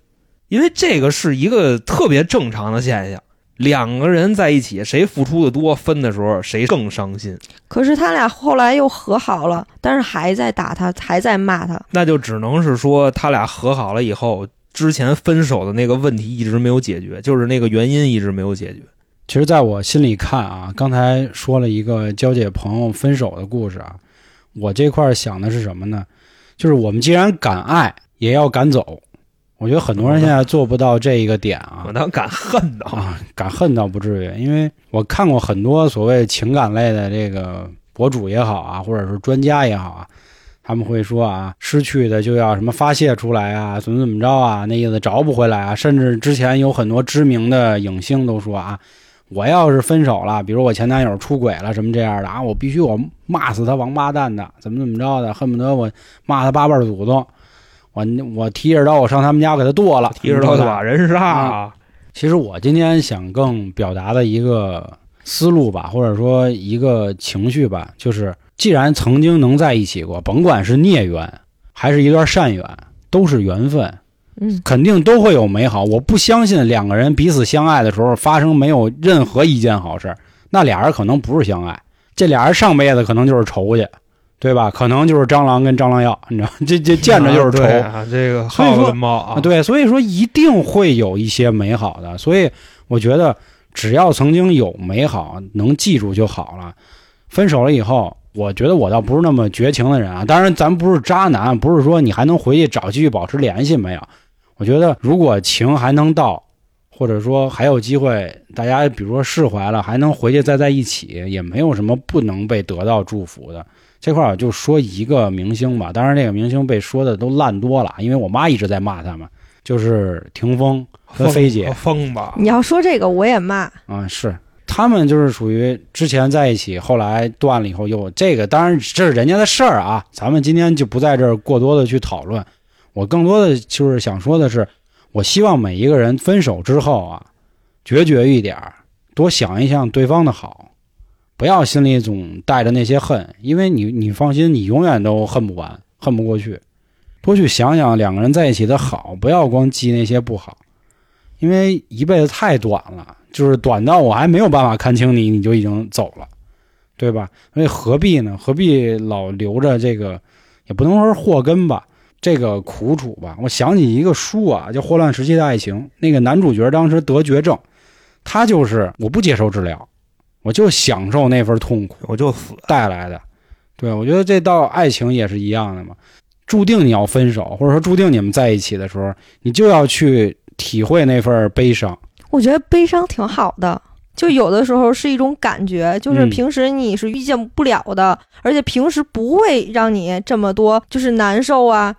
Speaker 3: 因为这个是一个特别正常的现象。两个人在一起，谁付出的多，分的时候谁更伤心，
Speaker 4: 可是他俩后来又和好了，但是还在打他，还在骂他。
Speaker 3: 那就只能是说他俩和好了以后，之前分手的那个问题一直没有解决，就是那个原因一直没有解决。
Speaker 2: 其实，在我心里看啊，刚才说了一个交姐朋友分手的故事啊，我这块儿想的是什么呢？就是我们既然敢爱，也要敢走。我觉得很多人现在做不到这一个点啊
Speaker 3: 我。当敢恨的，
Speaker 2: 啊，敢恨倒不至于，因为我看过很多所谓情感类的这个博主也好啊，或者是专家也好啊，他们会说啊，失去的就要什么发泄出来啊，怎么怎么着啊，那意思找不回来啊。甚至之前有很多知名的影星都说啊，我要是分手了，比如我前男友出轨了什么这样的啊，我必须我骂死他王八蛋的，怎么怎么着的，恨不得我骂他八辈儿祖宗。我我提着刀，我上他们家给他剁了，
Speaker 3: 提着刀
Speaker 2: 怎么
Speaker 3: 就
Speaker 2: 着的
Speaker 3: 把人杀啊！
Speaker 2: 其实我今天想更表达的一个思路吧，或者说一个情绪吧，就是既然曾经能在一起过，甭管是孽缘还是一段善缘，都是缘分，
Speaker 4: 嗯，
Speaker 2: 肯定都会有美好。我不相信两个人彼此相爱的时候发生没有任何一件好事，那俩人可能不是相爱，这俩人上辈子可能就是仇去，对吧？可能就是蟑螂跟蟑螂药，你知道，这这见着就是仇。
Speaker 3: 对啊，这个
Speaker 2: 所以
Speaker 3: 耗
Speaker 2: 说
Speaker 3: 子跟猫啊，
Speaker 2: 啊，，对，所以说一定会有一些美好的，所以我觉得只要曾经有美好，能记住就好了。分手了以后，我觉得我倒不是那么绝情的人啊，当然咱不是渣男，不是说你还能回去找继续保持联系没有？我觉得如果情还能到，或者说还有机会，大家比如说释怀了，还能回去再在一起，也没有什么不能被得到祝福的。这块儿我就说一个明星吧，当然这个明星被说的都烂多了，因为我妈一直在骂他们，就是霆锋和菲姐
Speaker 3: 疯吧，
Speaker 4: 你要说这个我也骂，
Speaker 2: 啊、是他们就是属于之前在一起，后来断了以后又这个，当然这是人家的事儿啊，咱们今天就不在这儿过多的去讨论。我更多的就是想说的是，我希望每一个人分手之后啊，决绝一点儿，多想一想对方的好，不要心里总带着那些恨，因为你你放心，你永远都恨不完，恨不过去。多去想想两个人在一起的好，不要光记那些不好，因为一辈子太短了，就是短到我还没有办法看清你，你就已经走了，对吧？所以何必呢？何必老留着这个，也不能说是祸根吧，这个苦楚吧。我想起一个书啊，叫《霍乱时期的爱情》，那个男主角当时得绝症，他就是我不接受治疗，我就享受那份痛苦。
Speaker 3: 我就死。
Speaker 2: 带来的。对，我觉得这到爱情也是一样的嘛，注定你要分手，或者说注定你们在一起的时候，你就要去体会那份悲伤。
Speaker 4: 我觉得悲伤挺好的。就有的时候是一种感觉，就是
Speaker 2: 嗯
Speaker 4: 平时你是遇见不了的，而且平时不会让你这么多就是难受啊，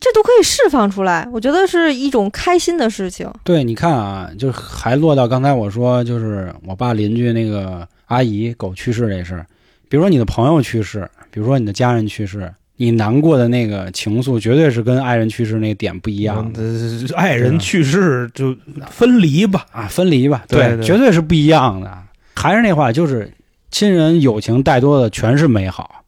Speaker 4: 这都可以释放出来。我觉得是一种开心的事情。
Speaker 2: 对，你看啊，就还落到刚才我说，就是我爸邻居那个阿姨狗去世这事儿，比如说你的朋友去世，比如说你的家人去世，你难过的那个情愫，绝对是跟爱人去世那个点不一样的
Speaker 3: 嗯这爱人去世就分离吧，
Speaker 2: 啊，分离吧，
Speaker 3: 对对
Speaker 2: 绝对是不一样的。还是那话，就是亲人友情带多的全是美好，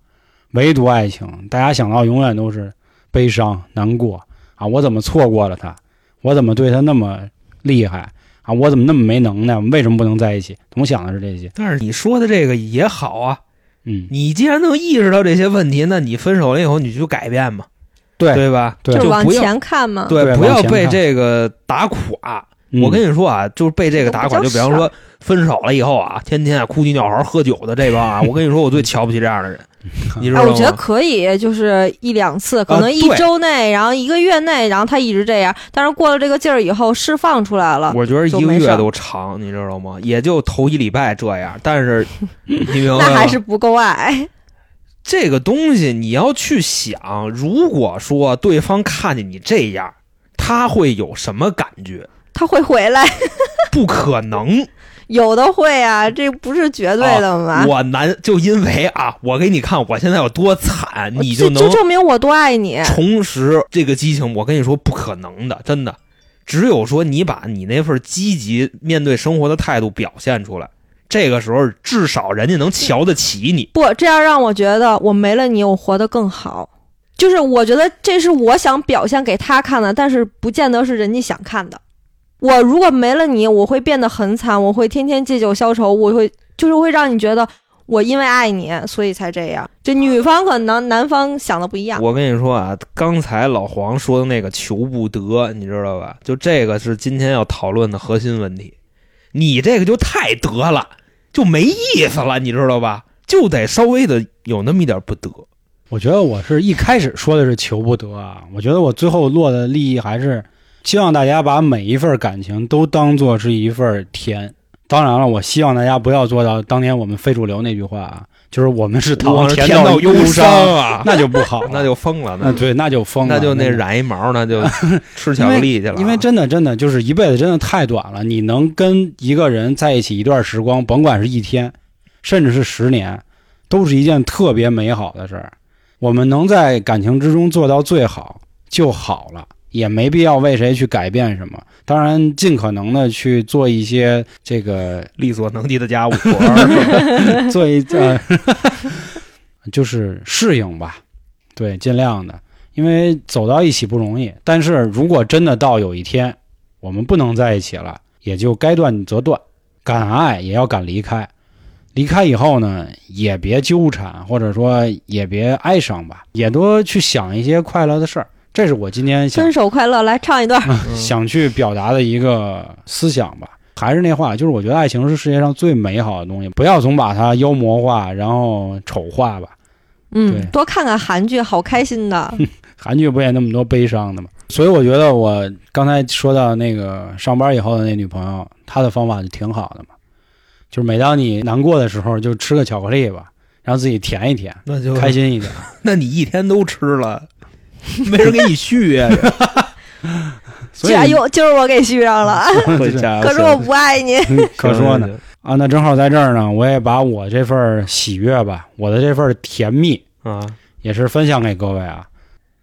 Speaker 2: 唯独爱情，大家想到永远都是悲伤、难过啊！我怎么错过了他？我怎么对他那么厉害啊？我怎么那么没能耐？我们为什么不能在一起？总想的是这些，
Speaker 3: 但是你说的这个也好啊，
Speaker 2: 嗯，
Speaker 3: 你既然能意识到这些问题，那你分手了以后你就改变嘛，
Speaker 2: 对
Speaker 3: 对吧？
Speaker 2: 对
Speaker 4: 就是
Speaker 3: 就
Speaker 4: 往
Speaker 3: 不要
Speaker 4: 前看嘛。
Speaker 2: 对
Speaker 3: 对，不
Speaker 2: 往
Speaker 3: 要
Speaker 2: 前
Speaker 3: 被
Speaker 2: 看
Speaker 3: 这个打垮。
Speaker 2: 嗯
Speaker 3: 我跟你说啊，就是被这个打垮，
Speaker 4: 这个
Speaker 3: 就
Speaker 4: 比
Speaker 3: 比
Speaker 4: 较
Speaker 3: 方说分手了以后啊，天天啊哭啼尿嚎喝酒的这帮啊，我跟你说，我最瞧不起这样的 人，你知
Speaker 4: 哎，
Speaker 3: 道吗？啊
Speaker 4: 我觉得可以，就是一两次，可能一
Speaker 3: 对
Speaker 4: 周内，然后一个月内，然后他一直这样，但是过了这个劲儿以后，释放出来了，
Speaker 3: 我觉得
Speaker 4: 就
Speaker 3: 一个
Speaker 4: 没事
Speaker 3: 月
Speaker 4: 儿
Speaker 3: 都长，你知道吗？也就头一礼拜这样，但 是你明白
Speaker 4: 那
Speaker 3: 吗
Speaker 4: 还是？不够爱。
Speaker 3: 这个东西你要去想，如果说对方看见你这样，他会有什么感觉？
Speaker 4: 他会回来，
Speaker 3: 不可能，
Speaker 4: 有的会啊，这不是绝对的嘛。
Speaker 3: 我难就因为啊，我给你看我现在有多惨，你
Speaker 4: 哦这
Speaker 3: 就能
Speaker 4: 这证明我多爱你。
Speaker 3: 重拾这个激情。我跟你说，不可能的，真的。只有说你把你那份积极面对生活的态度表现出来，这个时候至少人家能瞧得起你。
Speaker 4: 不，这样让我觉得我没了你，我活得更好。就是我觉得这是我想表现给他看的，但是不见得是人家想看的。我如果没了你，我会变得很惨，我会天天借酒消愁，我会就是会让你觉得我因为爱你，所以才这样。这女方可能男方想的不一样。
Speaker 3: 我跟你说啊，刚才老黄说的那个求不得，你知道吧？就这个是今天要讨论的核心问题。你这个就太得了，就没意思了，你知道吧？就得稍微的有那么一点不得。
Speaker 2: 我觉得我是一开始说的是求不得啊，我觉得我最后落的利益还是希望大家把每一份感情都当做是一份甜。当然了，我希望大家不要做到当年我们非主流那句话啊，就是我们是
Speaker 3: 我
Speaker 2: 糖，
Speaker 3: 是
Speaker 2: 甜
Speaker 3: 甜到
Speaker 2: 忧
Speaker 3: 忧伤啊，
Speaker 2: 那就不好
Speaker 3: 那就疯了，
Speaker 2: 那对，那就疯了，
Speaker 3: 那就那
Speaker 2: 个
Speaker 3: 染一 毛，那就吃巧克力去了啊。
Speaker 2: 因为真的真的就是一辈子真的太短了，你能跟一个人在一起一段时光，甭管是一天，甚至是十年，都是一件特别美好的事儿。我们能在感情之中做到最好就好了，也没必要为谁去改变什么。当然，尽可能的去做一些这个
Speaker 3: 力所能及 的家务活儿，嗯
Speaker 2: 做一呃，就是适应吧，对，尽量的，因为走到一起不容易。但是如果真的到有一天我们不能在一起了，也就该断则断，敢爱也要敢离开。离开以后呢，也别纠缠，或者说也别哀伤吧，也多去想一些快乐的事儿。这是我今天想
Speaker 4: 分手快乐，来唱一段。
Speaker 3: 嗯
Speaker 2: 想去表达的一个思想吧。还是那话，就是我觉得爱情是世界上最美好的东西，不要总把它妖魔化，然后丑化吧。对
Speaker 4: 嗯，多看看韩剧，好开心的。
Speaker 2: 韩剧不也那么多悲伤的吗？所以我觉得我刚才说到那个上班以后的那女朋友，她的方法就挺好的嘛，就是每当你难过的时候，就吃个巧克力吧，让自己甜一甜，
Speaker 3: 那就
Speaker 2: 开。心一点。
Speaker 3: 那你一天都吃了，没人给你续 呀、啊？
Speaker 2: 所以
Speaker 4: 哎呦，就是我给续上了，啊可是我不爱你。
Speaker 2: 嗯可说呢，啊，那正好在这儿呢，我也把我这份儿喜悦吧，我的这份儿甜蜜，
Speaker 3: 啊，
Speaker 2: 也是分享给各位啊。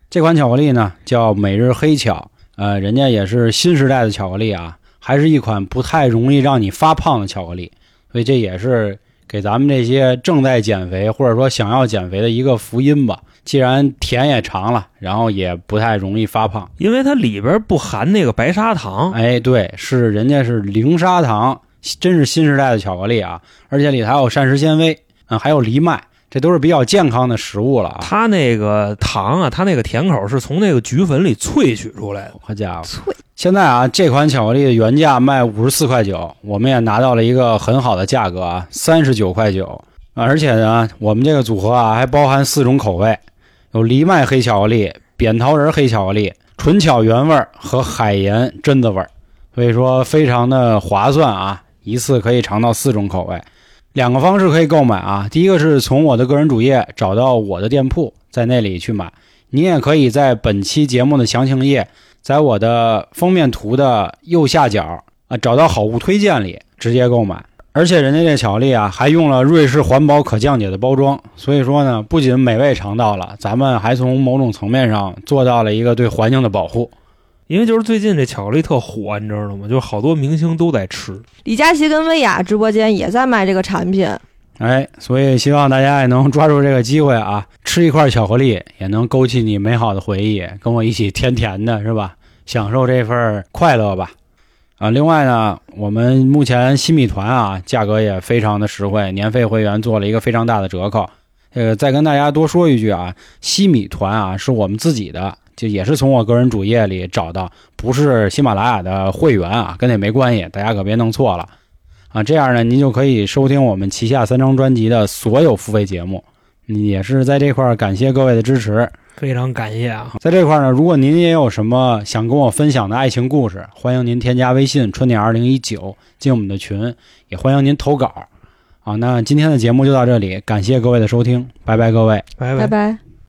Speaker 2: 这款巧克力呢叫每日黑巧，呃，人家也是新时代的巧克力啊，还是一款不太容易让你发胖的巧克力，所以这也是给咱们这些正在减肥或者说想要减肥的一个福音吧。既然甜也尝了，然后也不太容易发胖。
Speaker 3: 因为它里边不含那个白砂糖，
Speaker 2: 哎，对，是人家是零砂糖，真是新时代的巧克力啊，而且里头还有膳食纤维，嗯，还有藜麦，这都是比较健康的食物了啊。
Speaker 3: 它那个糖啊，它那个甜口是从那个菊粉里萃取出来的。
Speaker 2: 好家伙！
Speaker 4: 脆，
Speaker 2: 现在啊，这款巧克力的原价卖五十四块九，我们也拿到了一个很好的价格啊，三十九块九。而且呢，我们这个组合啊，还包含四种口味，有藜麦黑巧克力、扁桃仁黑巧克力、纯巧原味儿和海盐榛子味儿，所以说非常的划算啊！一次可以尝到四种口味。两个方式可以购买啊，第一个是从我的个人主页找到我的店铺，在那里去买。你也可以在本期节目的详情页在我的封面图的右下角啊，找到好物推荐里直接购买。而且人家这巧克力啊，还用了瑞士环保可降解的包装，所以说呢，不仅美味尝到了，咱们还从某种层面上做到了一个对环境的保护。
Speaker 3: 因为就是最近这巧克力特火，你知道吗？就是好多明星都在吃。
Speaker 4: 李佳琦跟薇娅直播间也在卖这个产品。
Speaker 2: 哎，所以希望大家也能抓住这个机会啊，吃一块巧克力也能勾起你美好的回忆，跟我一起甜甜的，是吧？享受这份儿快乐吧。啊，另外呢，我们目前新米团啊，价格也非常的实惠，年费会员做了一个非常大的折扣。这个再跟大家多说一句啊，西米团啊是我们自己的，就也是从我个人主页里找到，不是喜马拉雅的会员啊，跟那没关系，大家可别弄错了。啊，这样呢，您就可以收听我们旗下三张专辑的所有付费节目。嗯也是在这块儿感谢各位的支持。
Speaker 3: 非常感谢啊！
Speaker 2: 在这块儿呢，如果您也有什么想跟我分享的爱情故事，欢迎您添加微信“春点二零一九”进我们的群，也欢迎您投稿。啊，那今天的节目就到这里，感谢各位的收听，拜拜，各位。
Speaker 3: 拜
Speaker 4: 拜拜。